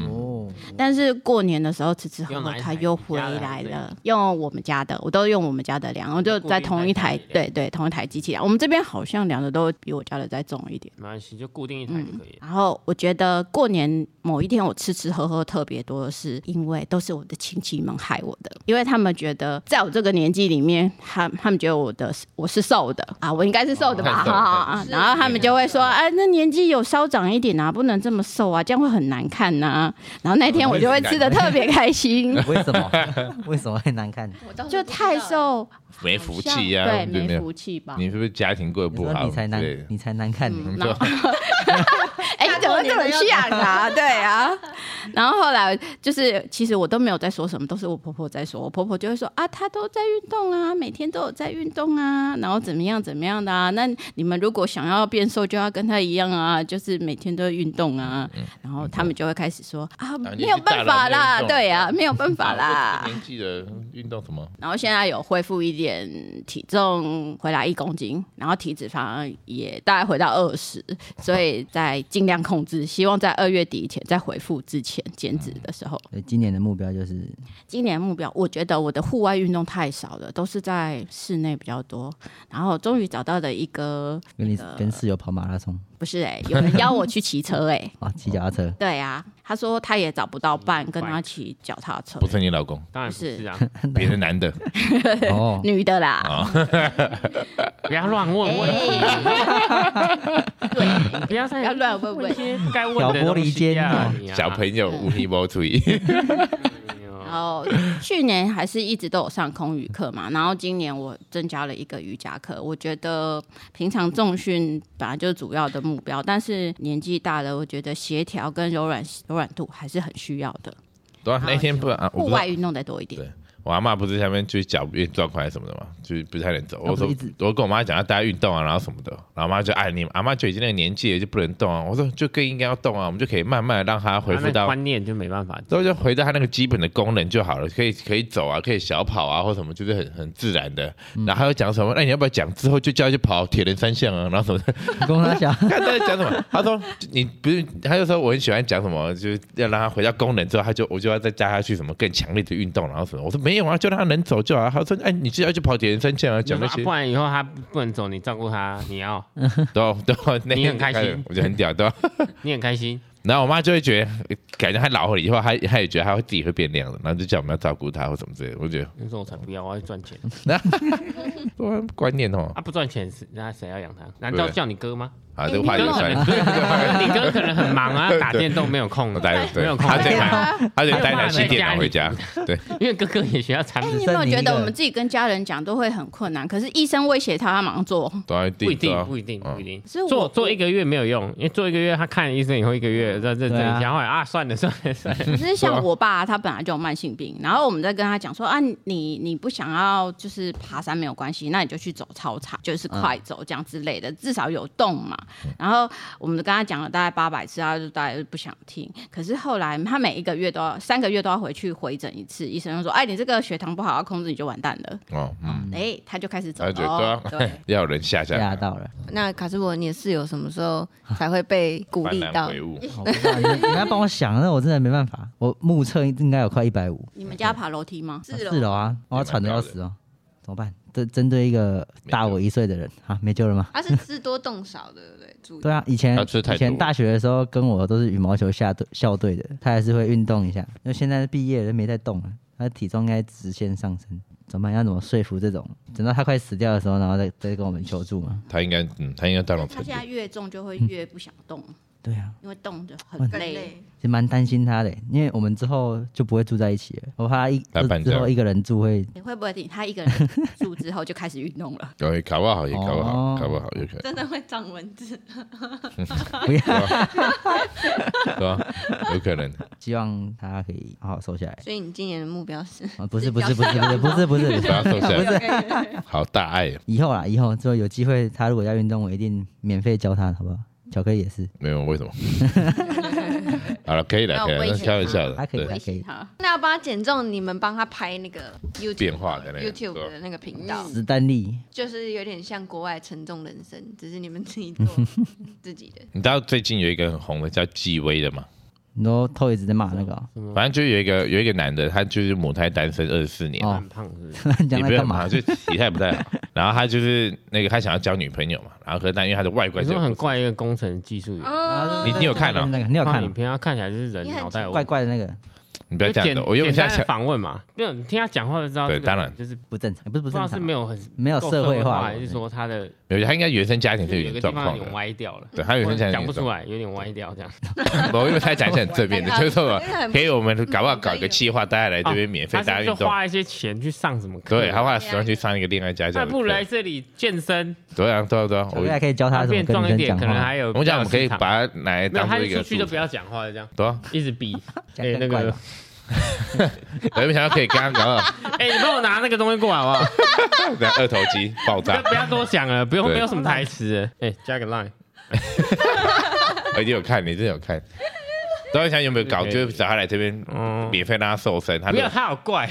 [SPEAKER 5] 哦，
[SPEAKER 6] 但是过年的时候吃吃喝
[SPEAKER 4] 嗯用
[SPEAKER 6] 喝
[SPEAKER 4] 哪，一
[SPEAKER 6] 它
[SPEAKER 4] 台
[SPEAKER 6] 又回
[SPEAKER 4] 你家的
[SPEAKER 6] 来
[SPEAKER 4] 还是
[SPEAKER 6] 了。用我们家的，我都用我们家的量，我就在同一台
[SPEAKER 4] 固定，在家
[SPEAKER 6] 对对，同一台机器量。我们这边好像量的都比我家的再重一点。
[SPEAKER 4] 没关系，就固定一
[SPEAKER 5] 嗯
[SPEAKER 4] 台就可以了。
[SPEAKER 6] 然后我觉得过年某一天我吃吃喝喝特别多，是因为都是我的亲戚们害我的，因为他们觉得在我这个年纪里面，他他们觉得我的我是瘦的啊，我应该是瘦的吧，
[SPEAKER 2] 太瘦了
[SPEAKER 6] 啊然后他们就会说，哎、那年纪有稍长一点啊，不能这么瘦啊，这样会很难看呐、然后那天我就会吃的特别开 心，
[SPEAKER 5] 为什么？ 为什么会难看？
[SPEAKER 6] 就太瘦，
[SPEAKER 2] 没福气呀、
[SPEAKER 6] 对，
[SPEAKER 2] 对没
[SPEAKER 6] 没
[SPEAKER 2] 有？
[SPEAKER 6] 福气吧？
[SPEAKER 2] 你是不是家庭过得
[SPEAKER 5] 你
[SPEAKER 2] 不
[SPEAKER 5] 说
[SPEAKER 2] 好？
[SPEAKER 5] 你才难
[SPEAKER 2] 对，的，
[SPEAKER 5] 你才难看呢。
[SPEAKER 2] 对吧
[SPEAKER 6] 哎、你怎么这么像啊？ 对啊，然后后来就是，其实我都没有在说什么，都是我婆婆在说。我婆婆就会说啊，她都在运动啊，每天都有在运动啊，然后怎么样怎么样的啊。那你们如果想要变瘦，就要跟她一样啊，就是每天都运动啊。
[SPEAKER 2] 嗯
[SPEAKER 6] 然后他们就会开始说啊，没有办法
[SPEAKER 2] 啊
[SPEAKER 6] 啦，
[SPEAKER 2] 你是大人没有运动
[SPEAKER 6] 对啊，没有办法啦。
[SPEAKER 2] 年纪的运动什么？
[SPEAKER 6] 然后现在有恢复一点体重回来一公斤，然后体脂肪也大概回到二十，所以在尽量控制，希望在二月底以前再恢复之前减脂的时候。
[SPEAKER 5] 所以今年的目标就是
[SPEAKER 6] 今年目标，我觉得我的户外运动太少了，都是在室内比较多。然后终于找到了一个，
[SPEAKER 5] 跟你跟室友跑马拉松
[SPEAKER 6] 不是哎、有人邀我去骑车哎、
[SPEAKER 5] 啊，骑脚踏车。
[SPEAKER 6] 对啊，他说他也找不到伴跟他骑脚踏车
[SPEAKER 2] 不，是你老公，
[SPEAKER 4] 当然不
[SPEAKER 6] 是
[SPEAKER 4] 是啊，
[SPEAKER 2] 别的男的，
[SPEAKER 5] 哦，
[SPEAKER 6] 女的啦。
[SPEAKER 4] 不要乱问问题，对，不要
[SPEAKER 6] 哎不
[SPEAKER 4] 再
[SPEAKER 6] 要乱问问
[SPEAKER 4] 一，些该问的东西啊
[SPEAKER 5] 挑拨离间哦
[SPEAKER 4] 你啊
[SPEAKER 2] 小朋友无一无注意，
[SPEAKER 4] 哎呦
[SPEAKER 2] 哦
[SPEAKER 6] 后去年还是一直都有上空余课 嘛，然后今年我增加了一个瑜伽课。我觉得平常重训本来就是主要的目标，但是年纪大了，我觉得协调跟柔软柔软度还是很需要的。
[SPEAKER 2] 对啊，那天不啊，我不
[SPEAKER 6] 户
[SPEAKER 2] 知道
[SPEAKER 6] 外运动再多一点
[SPEAKER 2] 对。我阿妈不是下面就是脚运状况还是什么的嘛，就是不太能走。我
[SPEAKER 5] 不是
[SPEAKER 2] 说
[SPEAKER 5] 一直
[SPEAKER 2] 我跟我妈讲要大家运动啊，然后什么的，然后我妈就哎你阿妈就已经那个年纪了就不能动啊。我说就更应该要动啊，我们就可以慢慢让她恢
[SPEAKER 4] 他
[SPEAKER 2] 复
[SPEAKER 4] 那
[SPEAKER 2] 到，
[SPEAKER 4] 观念就没办法。
[SPEAKER 2] 然后就回到她那个基本的功能就好了，可以可以走啊，可以小跑啊或什么，就是很很自然的。
[SPEAKER 5] 嗯
[SPEAKER 2] 然后她又讲什么？那你要不要讲之后就叫她去跑铁人三项啊，然后什么的？
[SPEAKER 5] 公他 小，
[SPEAKER 2] 看他在讲什么？他说你不是，他就说我很喜欢讲什么，就是要让他回到功能之后，他就我就要再加他去什么更强烈的运动，然后什么。我说没有啊，就让他能走就好啊。他说哎，你就要去跑铁人三项啊，讲那
[SPEAKER 4] 你
[SPEAKER 2] 些
[SPEAKER 4] 说啊不，然以后他不能走，你照顾他，你要
[SPEAKER 2] 都都那
[SPEAKER 4] 你
[SPEAKER 2] 天
[SPEAKER 4] 很开心
[SPEAKER 2] 我就啊很屌，对吧？
[SPEAKER 4] 你很开心，
[SPEAKER 2] 然后我妈就会觉得，感觉她老了以后，她她也觉得她会自己会变那样的，然后就叫我们要照顾她或什么之类的。我觉得
[SPEAKER 4] 你说我才不要，我要去赚钱。
[SPEAKER 5] 嗯
[SPEAKER 2] 哇观念哦，
[SPEAKER 4] 啊，不赚钱是那谁要养他？难道
[SPEAKER 2] 对
[SPEAKER 4] 叫你哥吗？
[SPEAKER 2] 啊，这个话题
[SPEAKER 4] 你
[SPEAKER 2] 就
[SPEAKER 4] 哥可
[SPEAKER 2] 算
[SPEAKER 4] 能
[SPEAKER 2] 了。
[SPEAKER 4] 你哥可能很 忙啊，打电动没有空啊
[SPEAKER 2] 我，待
[SPEAKER 4] 没
[SPEAKER 2] 对
[SPEAKER 4] 有，空
[SPEAKER 2] 她
[SPEAKER 4] 打
[SPEAKER 2] 得
[SPEAKER 4] 电动，
[SPEAKER 2] 买，她得带台新电脑回家。对，
[SPEAKER 4] 因为哥哥也需要产
[SPEAKER 6] 哎、
[SPEAKER 4] 品，
[SPEAKER 6] 你有没有觉得我
[SPEAKER 5] 森林
[SPEAKER 6] 们
[SPEAKER 5] 的
[SPEAKER 6] 自己跟家人讲都会很困难？可是医生威胁他，他马上做。
[SPEAKER 2] 都要
[SPEAKER 4] 不一定，
[SPEAKER 2] 啊
[SPEAKER 4] 不一定，
[SPEAKER 2] 嗯
[SPEAKER 4] 不一定。
[SPEAKER 6] 所以我
[SPEAKER 4] 做做一个月没有用，因为做一个月他看医生以后一个月认认真
[SPEAKER 5] 对
[SPEAKER 4] 一
[SPEAKER 5] 啊
[SPEAKER 4] 下，后来啊算了算了算了，
[SPEAKER 6] 可是
[SPEAKER 2] 啊
[SPEAKER 6] 像我爸，他本来就有慢性病，然后我们在跟他讲说啊，你你不想要就是爬山没有关系，那你就去走操场，就是
[SPEAKER 2] 嗯
[SPEAKER 6] 快走这样之类的，至少有动嘛。然后我们跟他讲了大概八百次，他就大概就不想听。可是后来他每一个月都要三个月都要回去回诊一次，医生就说，哎，你这个血糖不好，要控制你就完蛋了。
[SPEAKER 2] 哦，嗯，
[SPEAKER 6] 哎，他就开始走
[SPEAKER 2] 她
[SPEAKER 6] 了
[SPEAKER 2] 就觉得
[SPEAKER 6] 哦。
[SPEAKER 2] 对啊， 要有人吓吓
[SPEAKER 5] 吓
[SPEAKER 2] 她。
[SPEAKER 5] 到了，
[SPEAKER 7] 那卡斯伯，你的室友什么时候才会被鼓
[SPEAKER 2] 幡
[SPEAKER 7] 励
[SPEAKER 2] 然
[SPEAKER 7] 到？
[SPEAKER 2] 悔悟，
[SPEAKER 5] 好不知道你们你 们要帮我想，那我真的没办法，我目测应该有快一百五，
[SPEAKER 6] 你们家爬楼梯吗？
[SPEAKER 7] 是
[SPEAKER 5] 四
[SPEAKER 7] 哦，
[SPEAKER 5] 楼啊，我要
[SPEAKER 2] 蛮
[SPEAKER 5] 喘的
[SPEAKER 2] 高
[SPEAKER 5] 要
[SPEAKER 2] 的
[SPEAKER 5] 死哦，怎么办？针针对一个大我一岁的人啊，没救了吗？
[SPEAKER 7] 他是吃多动少的，对不对？注意
[SPEAKER 5] 对啊，以前
[SPEAKER 2] 他吃太
[SPEAKER 5] 以前
[SPEAKER 2] 多
[SPEAKER 5] 大学的时候跟我都是羽毛球下队校队的，他还是会运动一下。因为现在毕业了没在动了，他体重应该直线上升，怎么办？要怎么说服这种？等到他快死掉的时候，然后再再跟我们求助嘛？
[SPEAKER 2] 他应该，嗯，他应该到那种
[SPEAKER 6] 他
[SPEAKER 2] 程度
[SPEAKER 6] 现。在越重就会
[SPEAKER 2] 嗯
[SPEAKER 6] 越不想动，
[SPEAKER 5] 对啊，
[SPEAKER 6] 因为动就很
[SPEAKER 7] 更
[SPEAKER 6] 累。
[SPEAKER 7] 累，
[SPEAKER 5] 其实蛮担心他的，因为我们之后就不会住在一起了，我怕他一
[SPEAKER 2] 他搬
[SPEAKER 5] 之
[SPEAKER 2] 家
[SPEAKER 5] 后一个人住会
[SPEAKER 6] 你会不会他一个人住之后就开始运动了？
[SPEAKER 2] 对，搞不好也搞不好，
[SPEAKER 5] 哦
[SPEAKER 2] 搞不好也可
[SPEAKER 7] 真的会长蚊子。
[SPEAKER 5] 不要，
[SPEAKER 2] 能，对吧？ 有可能。
[SPEAKER 5] 希望他可以好好瘦 下来。
[SPEAKER 7] 所以你今年的目标是？
[SPEAKER 5] 啊，不是不是不是不是不是不是，
[SPEAKER 2] 不要瘦下来
[SPEAKER 5] 不是
[SPEAKER 2] 好大爱，
[SPEAKER 5] 以后啦，以后之后有机会，他如果要运动，我一定免费教他，好不好？巧克力也是，
[SPEAKER 2] 没有为什么？好了，可以了，
[SPEAKER 7] 那
[SPEAKER 2] 可以了，
[SPEAKER 7] 我
[SPEAKER 2] 那
[SPEAKER 7] 威胁
[SPEAKER 2] 开玩
[SPEAKER 7] 他
[SPEAKER 2] 笑
[SPEAKER 5] 他
[SPEAKER 2] 的，
[SPEAKER 5] 可以，
[SPEAKER 2] 对
[SPEAKER 5] 他，啊可以。
[SPEAKER 6] 他
[SPEAKER 7] 那要帮他减重，你们帮他拍那个 YouTube
[SPEAKER 2] 变化的那个
[SPEAKER 7] YouTube
[SPEAKER 2] 对
[SPEAKER 7] 的那个频道，
[SPEAKER 5] 史丹利，
[SPEAKER 7] 就是有点像国外沉重人生，只是你们自己 做自己的。
[SPEAKER 2] 你知道最近有一个很红的叫纪薇的嘛？
[SPEAKER 5] 你说 Toys 在骂那个哦、
[SPEAKER 2] 反正就有一个有一个男的，他就是母胎单身二十四年
[SPEAKER 5] 哦
[SPEAKER 2] 了，
[SPEAKER 4] 他很胖是不是？
[SPEAKER 5] 你讲
[SPEAKER 2] 也
[SPEAKER 5] 他
[SPEAKER 2] 不要
[SPEAKER 5] 干
[SPEAKER 2] 嘛，
[SPEAKER 5] 嘛？
[SPEAKER 2] 就体态不太好。然后他就是那个他想要交女朋友嘛，然后可是但因为他的外观
[SPEAKER 4] 你
[SPEAKER 2] 就
[SPEAKER 4] 说很怪一个工程技术员，
[SPEAKER 7] 哦，
[SPEAKER 2] 你你有看
[SPEAKER 5] 了
[SPEAKER 2] 啊
[SPEAKER 5] 那个？你有看
[SPEAKER 4] 看
[SPEAKER 5] 哦
[SPEAKER 4] 影？片，他看起来就是人
[SPEAKER 7] 你很
[SPEAKER 4] 脑袋有
[SPEAKER 5] 怪怪的那个
[SPEAKER 2] 你不要
[SPEAKER 4] 就
[SPEAKER 2] 这样
[SPEAKER 4] 简
[SPEAKER 2] 的，我用一
[SPEAKER 4] 简
[SPEAKER 2] 下
[SPEAKER 4] 单的
[SPEAKER 2] 想，
[SPEAKER 4] 访问嘛，没有你听他讲话就知道这
[SPEAKER 2] 对
[SPEAKER 4] 个人。
[SPEAKER 2] 当然
[SPEAKER 4] 就是不
[SPEAKER 5] 不正常，不是不
[SPEAKER 4] 知
[SPEAKER 5] 正
[SPEAKER 4] 道
[SPEAKER 5] 常
[SPEAKER 4] 是，没有很
[SPEAKER 5] 没有
[SPEAKER 4] 够
[SPEAKER 5] 社
[SPEAKER 4] 会
[SPEAKER 5] 会化
[SPEAKER 4] 还是说他的
[SPEAKER 2] 没有他应该原生家庭
[SPEAKER 4] 就是是有
[SPEAKER 2] 有
[SPEAKER 4] 个
[SPEAKER 2] 点
[SPEAKER 4] 地
[SPEAKER 2] 状
[SPEAKER 4] 方
[SPEAKER 2] 况
[SPEAKER 4] 有
[SPEAKER 2] 的
[SPEAKER 4] 点，歪掉了。
[SPEAKER 2] 对他原
[SPEAKER 4] 或
[SPEAKER 2] 生
[SPEAKER 4] 者
[SPEAKER 2] 家庭
[SPEAKER 4] 讲
[SPEAKER 2] 有
[SPEAKER 4] 不
[SPEAKER 2] 点状
[SPEAKER 4] 出来，有点歪掉这样。
[SPEAKER 2] 我因为他讲一些很正 面的，就是说
[SPEAKER 7] 真的很
[SPEAKER 2] 可以我们搞不好搞一个计划，大家来这边免费
[SPEAKER 4] 哦他
[SPEAKER 2] 大家
[SPEAKER 4] 是就
[SPEAKER 2] 运动。
[SPEAKER 4] 花一些钱去上什么课？
[SPEAKER 2] 对，他花了十万去上一个恋爱家
[SPEAKER 4] 他
[SPEAKER 2] 教的
[SPEAKER 4] 不如来
[SPEAKER 2] 课。
[SPEAKER 4] 这里健身，
[SPEAKER 2] 对啊，对啊，对啊，
[SPEAKER 5] 巧克力还
[SPEAKER 2] 我
[SPEAKER 5] 可以教他
[SPEAKER 4] 他
[SPEAKER 5] 怎么
[SPEAKER 4] 变
[SPEAKER 5] 跟
[SPEAKER 4] 壮一
[SPEAKER 5] 女
[SPEAKER 4] 点，
[SPEAKER 5] 生
[SPEAKER 4] 可
[SPEAKER 5] 讲
[SPEAKER 4] 能
[SPEAKER 5] 话
[SPEAKER 4] 还，有。
[SPEAKER 2] 我们讲我们可以把它拿来
[SPEAKER 4] 没有，
[SPEAKER 2] 当
[SPEAKER 4] 他
[SPEAKER 2] 做
[SPEAKER 4] 就
[SPEAKER 2] 一个
[SPEAKER 4] 出去就
[SPEAKER 2] 素
[SPEAKER 4] 不要讲话，这样
[SPEAKER 2] 对啊，
[SPEAKER 4] 一直比。
[SPEAKER 5] 讲
[SPEAKER 4] 哎，那
[SPEAKER 5] 更怪
[SPEAKER 4] 个
[SPEAKER 5] 吧，
[SPEAKER 2] 我没想到可以刚刚搞到
[SPEAKER 4] 哎，你帮我拿那个东西过来好 不好？
[SPEAKER 2] 对啊二头肌爆 炸，
[SPEAKER 4] 不要多讲了，不用
[SPEAKER 2] 对
[SPEAKER 4] 没有什么台词了。哎，加个 line，
[SPEAKER 2] 我一定有哎看，你真的有看。然后想有没有搞，
[SPEAKER 4] 对
[SPEAKER 2] 就是找他来这边
[SPEAKER 4] 嗯
[SPEAKER 2] 免费让他瘦身，他
[SPEAKER 4] 不
[SPEAKER 2] 流
[SPEAKER 4] 要他好怪，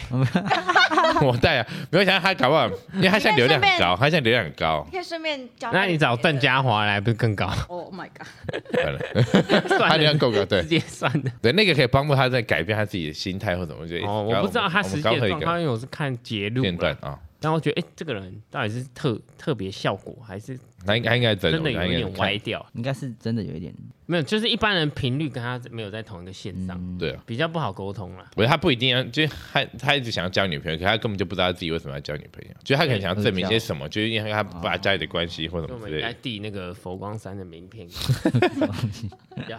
[SPEAKER 2] 我带啊，没有想到他搞不好，因为他现在流量很高，他现在流量很高，
[SPEAKER 7] 可以顺便教。
[SPEAKER 4] 那你找邓， 家华来不是更高？
[SPEAKER 6] ，Oh my god！
[SPEAKER 2] 算了 他
[SPEAKER 4] 算
[SPEAKER 2] 流量
[SPEAKER 4] 了，
[SPEAKER 2] 够高，对
[SPEAKER 4] 直接算了。
[SPEAKER 2] 对，那个可以帮助他在改变他自己的心态或怎么，就
[SPEAKER 4] 哦，我不知道他
[SPEAKER 2] 我
[SPEAKER 4] 实
[SPEAKER 2] 们刚
[SPEAKER 4] 际
[SPEAKER 2] 好
[SPEAKER 4] 的
[SPEAKER 2] 有一
[SPEAKER 4] 状况，
[SPEAKER 2] 个
[SPEAKER 4] 因为我是看截录
[SPEAKER 2] 片
[SPEAKER 4] 了。
[SPEAKER 2] 段啊，
[SPEAKER 4] 然后我觉得，哎、这个人到底是特特别效果，还是
[SPEAKER 2] 他应该他应该真的，
[SPEAKER 4] 真的有
[SPEAKER 2] 他
[SPEAKER 4] 一
[SPEAKER 2] 应该
[SPEAKER 4] 点歪掉？
[SPEAKER 5] 应该是真的有一点，
[SPEAKER 4] 没有，就是一般人频率跟他没有在同一个线上，
[SPEAKER 5] 嗯，
[SPEAKER 2] 对啊。
[SPEAKER 4] 比较不好沟通啦。
[SPEAKER 2] 不是他不一定要，就是他他一直想要交女朋友，可他根本就不知道自己为什么要交女朋友，就是他可能想要证明些什么，就是因为他爸家里的关系或什
[SPEAKER 4] 所以我
[SPEAKER 2] 么
[SPEAKER 4] 们
[SPEAKER 2] 之
[SPEAKER 4] 应
[SPEAKER 2] 类
[SPEAKER 4] 该
[SPEAKER 2] 的。
[SPEAKER 4] 递那个佛光山的名 片。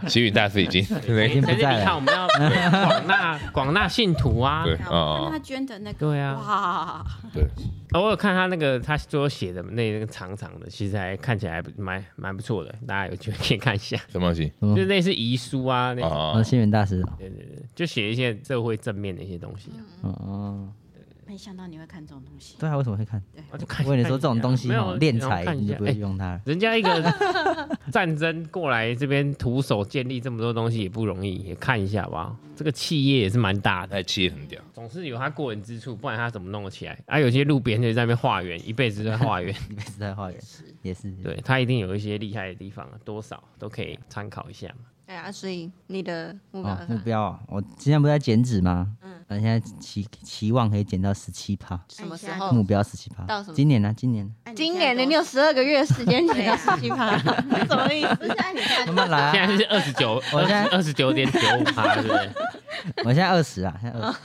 [SPEAKER 2] 齐云大师已经
[SPEAKER 4] 哎
[SPEAKER 2] 对
[SPEAKER 5] 经不
[SPEAKER 4] 才是
[SPEAKER 5] 在
[SPEAKER 4] 你看，
[SPEAKER 5] 了
[SPEAKER 4] 我们要 广纳广纳信徒啊。
[SPEAKER 2] 对
[SPEAKER 6] 看
[SPEAKER 2] 哦
[SPEAKER 6] 他，捐的那个，
[SPEAKER 4] 对啊，
[SPEAKER 6] 哇，
[SPEAKER 2] 对，
[SPEAKER 4] 哦我有看他那个他最后写的那那个长长的，其实还看起来还不蛮蛮不错的，大家有机会可以看一下，
[SPEAKER 2] 什么东西
[SPEAKER 5] 嗯
[SPEAKER 4] 就是类似遗书啊，那种
[SPEAKER 5] 哦，
[SPEAKER 2] 哦，
[SPEAKER 5] 新闻大师
[SPEAKER 4] 就写一些社会正面的一些东西啊。
[SPEAKER 5] 哦，哦，
[SPEAKER 6] 没想到你会看这种东西。
[SPEAKER 5] 对啊，为什么会看？
[SPEAKER 4] 我就看
[SPEAKER 5] 我跟你说，这种东西
[SPEAKER 4] 没有
[SPEAKER 5] 哦敛财
[SPEAKER 4] 看一
[SPEAKER 5] 你
[SPEAKER 4] 下
[SPEAKER 5] 就不
[SPEAKER 4] 哎
[SPEAKER 5] 会用它了。
[SPEAKER 4] 人家一个战争过来这边徒手建立这么多东西也不容易，也看一下吧。这个企业也是蛮大的，
[SPEAKER 2] 那气很屌，
[SPEAKER 4] 总是有他过人之处，不然他怎么弄得起来？啊，有些路边就在那边化缘，一辈子都在化缘，
[SPEAKER 5] 你被时代化人也是，
[SPEAKER 4] 对他一定有一些厉害的地方，啊多少都可以参考一下嘛。
[SPEAKER 7] 哎呀，所以你的目标
[SPEAKER 5] 哦
[SPEAKER 7] 是，
[SPEAKER 5] 目
[SPEAKER 7] 啥
[SPEAKER 5] 标啊，我之前不是在减脂吗？嗯，现在期期望可以减到十七趴，
[SPEAKER 7] 什么时候
[SPEAKER 6] 哦
[SPEAKER 5] 目？标十七趴，
[SPEAKER 7] 到什么
[SPEAKER 5] 今年啊呢？今年
[SPEAKER 6] 哎
[SPEAKER 7] 今年的你有十二个月时间减到十七趴，什么 意思？
[SPEAKER 5] 慢慢来
[SPEAKER 4] 现
[SPEAKER 5] 啊。
[SPEAKER 4] 在是二十九，
[SPEAKER 5] 我
[SPEAKER 4] 二
[SPEAKER 5] 现在
[SPEAKER 4] 十二十九点九五趴，对不对？
[SPEAKER 5] 我现在二十啊，现在二十，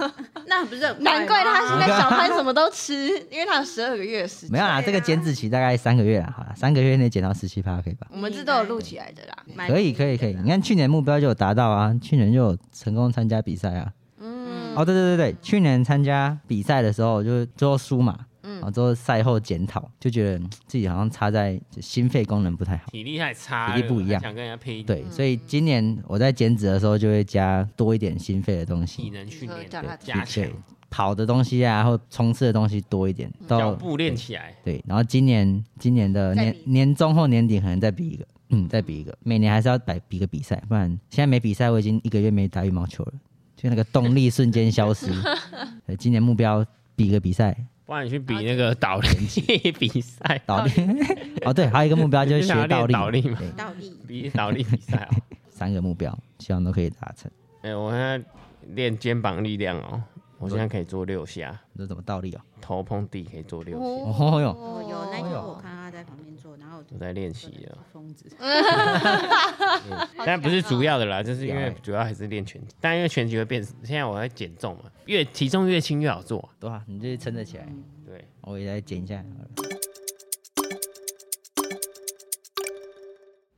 [SPEAKER 6] 那不是很
[SPEAKER 7] 难怪
[SPEAKER 6] 吗
[SPEAKER 7] 他现在小潘什么都吃，因为他有十二个月的时间。
[SPEAKER 5] 没有啊啦，这个减脂期大概三个月啊啦，好啦，三个月内减到十七趴可以吧？
[SPEAKER 7] 我们这都有录起来的啦。
[SPEAKER 6] 蛮
[SPEAKER 5] 可以，可以，可以。你看去年目标就有达到啊，去年就有成功参加比赛啊。嗯。哦，对对对对，去年参加比赛的时候，就是最后输嘛，嗯，然后之后赛后检讨，就觉得嗯自己好像差在就心肺功能不太好。
[SPEAKER 4] 体力太差了，
[SPEAKER 5] 体力不一样
[SPEAKER 4] 还想跟人家配
[SPEAKER 5] 对，所以今年我在减脂的时候就会加多一点心肺的东
[SPEAKER 4] 体
[SPEAKER 5] 西，
[SPEAKER 4] 能
[SPEAKER 7] 嗯
[SPEAKER 4] 训
[SPEAKER 7] 你
[SPEAKER 4] 练，
[SPEAKER 7] 说叫他
[SPEAKER 4] 加强
[SPEAKER 5] 对，跑的东西啊，或冲刺的东西多一点。
[SPEAKER 4] 脚
[SPEAKER 5] 到
[SPEAKER 4] 步练起来。
[SPEAKER 5] 对，然后今年今年的
[SPEAKER 7] 再
[SPEAKER 5] 年
[SPEAKER 7] 比
[SPEAKER 5] 年中或年底可能再比一个，嗯，再比一个，每年还是要摆比个比赛，不然现在没比赛，我已经一个月没打羽毛球了，就那个动力瞬间消 失。对，今年目标比个比赛，
[SPEAKER 4] 不然你去比
[SPEAKER 7] 啊
[SPEAKER 4] 那个倒 立比赛，
[SPEAKER 5] 倒立。 哦，对，还有一个目标就是
[SPEAKER 4] 你想
[SPEAKER 5] 学
[SPEAKER 4] 要
[SPEAKER 5] 倒
[SPEAKER 4] 练
[SPEAKER 5] 立，
[SPEAKER 4] 倒立吗
[SPEAKER 5] 对，
[SPEAKER 6] 倒立，
[SPEAKER 4] 比倒立比赛哦。
[SPEAKER 5] 三个目标，希望都可以达成。
[SPEAKER 4] 哎、我现在练肩膀力量哦，我现在可以做六下，
[SPEAKER 5] 你说怎么倒立哦？
[SPEAKER 4] 头碰地可以做六下，
[SPEAKER 5] 哦哟，
[SPEAKER 6] 我有那天
[SPEAKER 7] 哦
[SPEAKER 6] 我看他在旁边做，然后我就
[SPEAKER 4] 我在练
[SPEAKER 5] 哎
[SPEAKER 4] 习了。
[SPEAKER 6] 疯子，
[SPEAKER 4] 但不是
[SPEAKER 7] 哦
[SPEAKER 4] 主要的啦，就是因为主要还是练拳击，但因为拳击会变，现在我在减重嘛，越体重越轻越好做。
[SPEAKER 5] 对啊，你就撑得起来。
[SPEAKER 4] 对，
[SPEAKER 5] 我也来剪一下好了。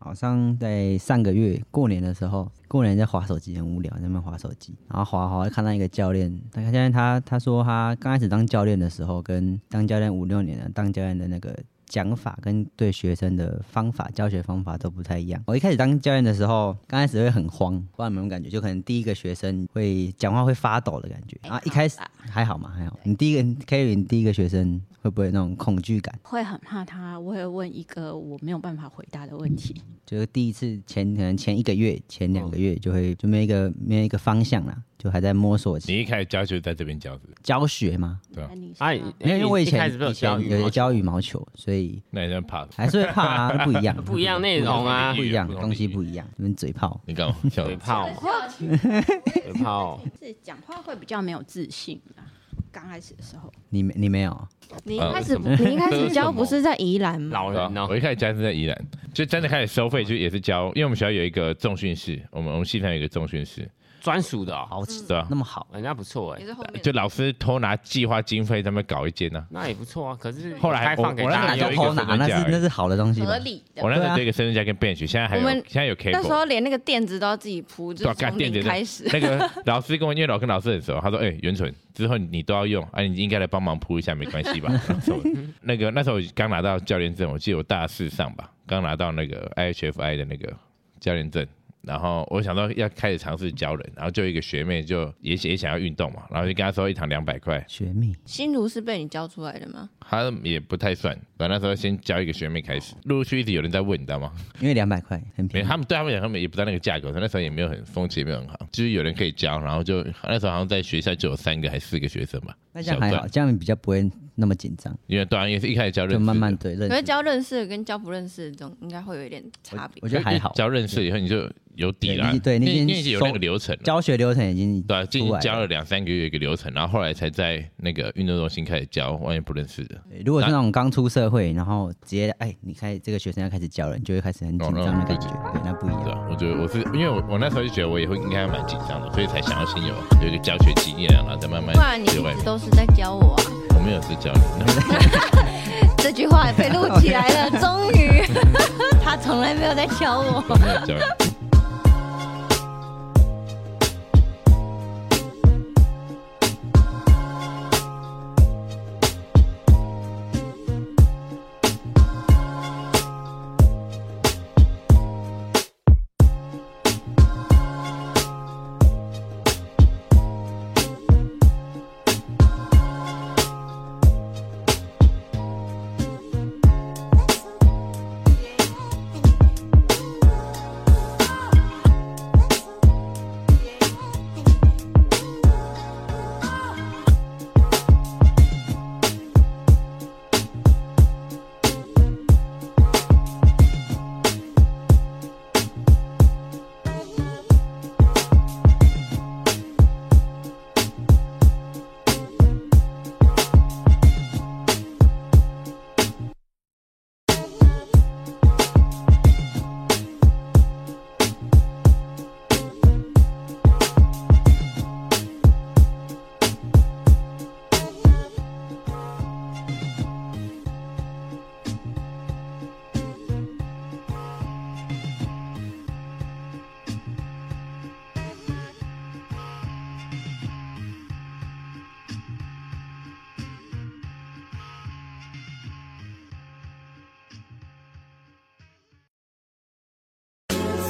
[SPEAKER 5] 好像在上个月过年的时候，过年在划手机很无聊，在那边划手机，然后划划看到一个教练，他现在他他说他刚开始当教练的时候，跟当教练五六年了，当教练的那个讲法跟对学生的方法教学方法都不太一样。我一开始当教练的时候，刚开始会很慌，不知道你们有没有感觉，就可能第一个学生会讲话会发抖的感觉，然后一开始还好嘛，还好。你第一个 k e 你第一个学生会不会有那种恐惧感？
[SPEAKER 6] 会很怕他，我会问一个我没有办法回答的问题。
[SPEAKER 5] 就是第一次前可能前一个月、前两个月就会就没一个没一个方向啦，就还在摸索期。
[SPEAKER 2] 你一开始教就是在这边教的，
[SPEAKER 5] 教学吗？
[SPEAKER 2] 啊
[SPEAKER 6] 那你说
[SPEAKER 4] 啊，
[SPEAKER 5] 没有，因为我以
[SPEAKER 4] 一开
[SPEAKER 5] 前
[SPEAKER 4] 始不是
[SPEAKER 5] 以
[SPEAKER 4] 有教
[SPEAKER 5] 前
[SPEAKER 4] 羽毛
[SPEAKER 5] 有教
[SPEAKER 4] 球，
[SPEAKER 5] 羽毛球，所以
[SPEAKER 2] 那你在怕什么？
[SPEAKER 5] 还是会怕啊， 不一样，
[SPEAKER 4] 不一样内容啊
[SPEAKER 5] 不一样
[SPEAKER 2] 不同
[SPEAKER 5] 东西
[SPEAKER 2] 领域
[SPEAKER 5] 不一样，你们嘴炮。
[SPEAKER 2] 你干嘛笑
[SPEAKER 4] 嘴？ 炮，
[SPEAKER 7] 哦
[SPEAKER 4] 嘴
[SPEAKER 5] 啊
[SPEAKER 4] 炮，
[SPEAKER 6] 哎是讲话会比较没有自信啊，刚开始的时候，
[SPEAKER 5] 你没你没有，
[SPEAKER 7] 你一
[SPEAKER 2] 呃
[SPEAKER 7] 开始
[SPEAKER 2] 什么
[SPEAKER 7] 你一开始教不是在宜兰吗？
[SPEAKER 4] 老人哦
[SPEAKER 2] 我，一开始教是在宜兰，就真的开始收费，就也是教，因为我们学校有一个重训室，我们我们系上有一个重训室，
[SPEAKER 4] 专属的哦，
[SPEAKER 5] 好吃
[SPEAKER 2] 对啊
[SPEAKER 5] 那么好，
[SPEAKER 4] 人家不错哎、
[SPEAKER 7] 也是后面
[SPEAKER 2] 就老师偷拿计划经费在那边搞一间呢。
[SPEAKER 4] 那也不错啊。可是
[SPEAKER 2] 后来
[SPEAKER 4] 开放给
[SPEAKER 2] 我那
[SPEAKER 4] 大
[SPEAKER 5] 那哪
[SPEAKER 4] 家
[SPEAKER 2] 有
[SPEAKER 5] 叫
[SPEAKER 2] 一
[SPEAKER 4] 用，
[SPEAKER 2] 个
[SPEAKER 5] 偷拿？
[SPEAKER 2] 分
[SPEAKER 5] 那
[SPEAKER 2] 家
[SPEAKER 5] 是
[SPEAKER 2] 而已
[SPEAKER 5] 那是好的东西吧
[SPEAKER 7] 合？理的
[SPEAKER 2] 我。那时
[SPEAKER 5] 对
[SPEAKER 2] 候
[SPEAKER 5] 啊
[SPEAKER 2] 这个生日加跟 bench，现在还有
[SPEAKER 7] 我们
[SPEAKER 2] 现在有 cable，
[SPEAKER 7] 那时候连那个垫子都要自己铺，就
[SPEAKER 2] 对啊
[SPEAKER 7] 是从
[SPEAKER 2] 干垫子
[SPEAKER 7] 零开始。
[SPEAKER 2] 那个老师跟我，因为老跟老师很熟，他说：“哎、袁纯，之后你都要用，啊，你应该来帮忙铺一下，没关系吧？”然后我那个那时候我刚拿到教练证，我记得我大四上吧，刚拿到那个 IHFI 的那个教练证，然后我想到要开始尝试教人，然后就有一个学妹就也也想要运动嘛，然后就跟她说一堂两百块，
[SPEAKER 5] 学妹，
[SPEAKER 7] 新竹是被你教出来的吗？
[SPEAKER 2] 她也不太算，反正那时候先教一个学妹开始，陆陆续续一直有人在问，你知道吗？
[SPEAKER 5] 因为两百块很
[SPEAKER 2] 没
[SPEAKER 5] 便宜。
[SPEAKER 2] 有，哎他们对他们讲，他们也不知道那个价格，那时候也没有很风气，也没有很好，就是有人可以教，然后就那时候好像在学校就有三个还是四个学生吧，
[SPEAKER 5] 那这样还
[SPEAKER 2] 小
[SPEAKER 5] 好，
[SPEAKER 2] 段，
[SPEAKER 5] 这样比较不会那么紧张，
[SPEAKER 2] 因为对啊，因为是一开始教认识
[SPEAKER 5] 就
[SPEAKER 2] 的，
[SPEAKER 5] 慢慢对认
[SPEAKER 7] 可
[SPEAKER 5] 识
[SPEAKER 7] 是。教认识的跟教不认识的这种，应该会有一点差别
[SPEAKER 5] 我。觉得还好，
[SPEAKER 2] 教认识以后你就有底了，
[SPEAKER 5] 对你对你已经
[SPEAKER 2] 因为因为有那
[SPEAKER 5] 熟
[SPEAKER 2] 个流程了。
[SPEAKER 5] 教学流程已经
[SPEAKER 2] 对啊，进
[SPEAKER 5] 出来了
[SPEAKER 2] 教了两三个月一个流程，然后后来才在那个运动中心开始教万一不认识的，
[SPEAKER 5] 对如果是那种刚出社会，然后直接哎，你开这个学生要开始教了，你就会开始很紧张的感觉，对，那不一
[SPEAKER 2] 对
[SPEAKER 5] 样。
[SPEAKER 2] 啊，我觉得我是因为我我那时候就觉得我也会应该蛮紧张的，所以才想要先有有一个教学经验啊，然后再慢慢
[SPEAKER 7] 不然你
[SPEAKER 2] 对外
[SPEAKER 7] 一直都是在教我啊！
[SPEAKER 2] 我没有是教 你，
[SPEAKER 7] 这句话被录起来了，终于， 他从来没有在教我。
[SPEAKER 2] 我没有教你。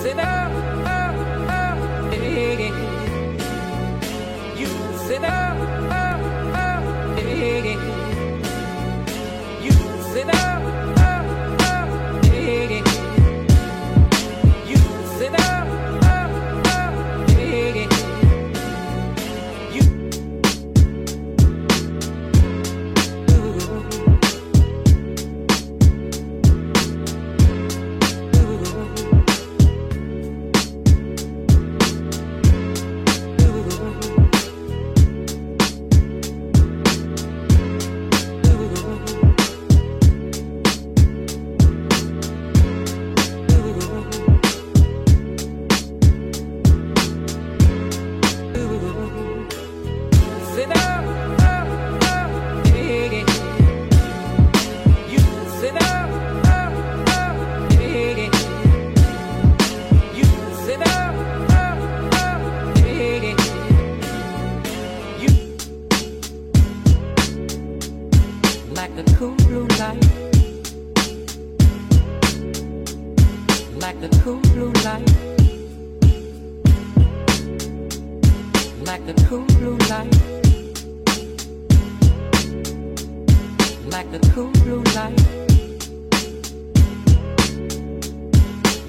[SPEAKER 9] Sit down, oh, oh, eh. You sit down, oh, oh, eh. You sit down, oh, oh, eh. You sit down, oh, oh, eh. You. Ooh. Ooh. Sit down, oh, oh, eh. You sit down, oh, oh, eh. You sit down, oh, oh, eh. You like a cool blue light, like a cool blue light, like a cool blue light, like a cool blue light.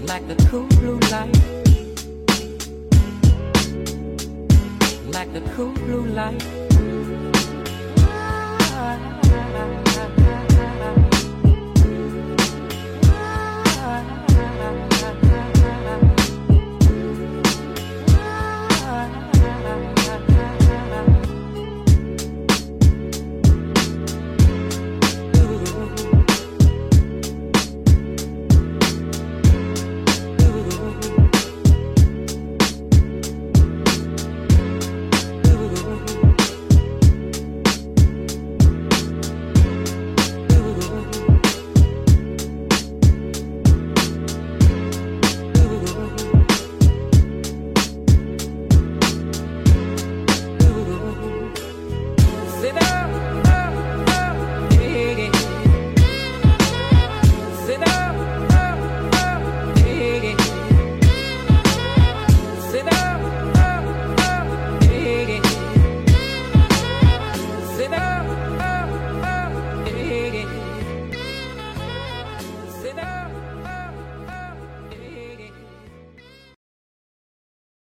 [SPEAKER 9] like a cool blue light. Like a cool blue light.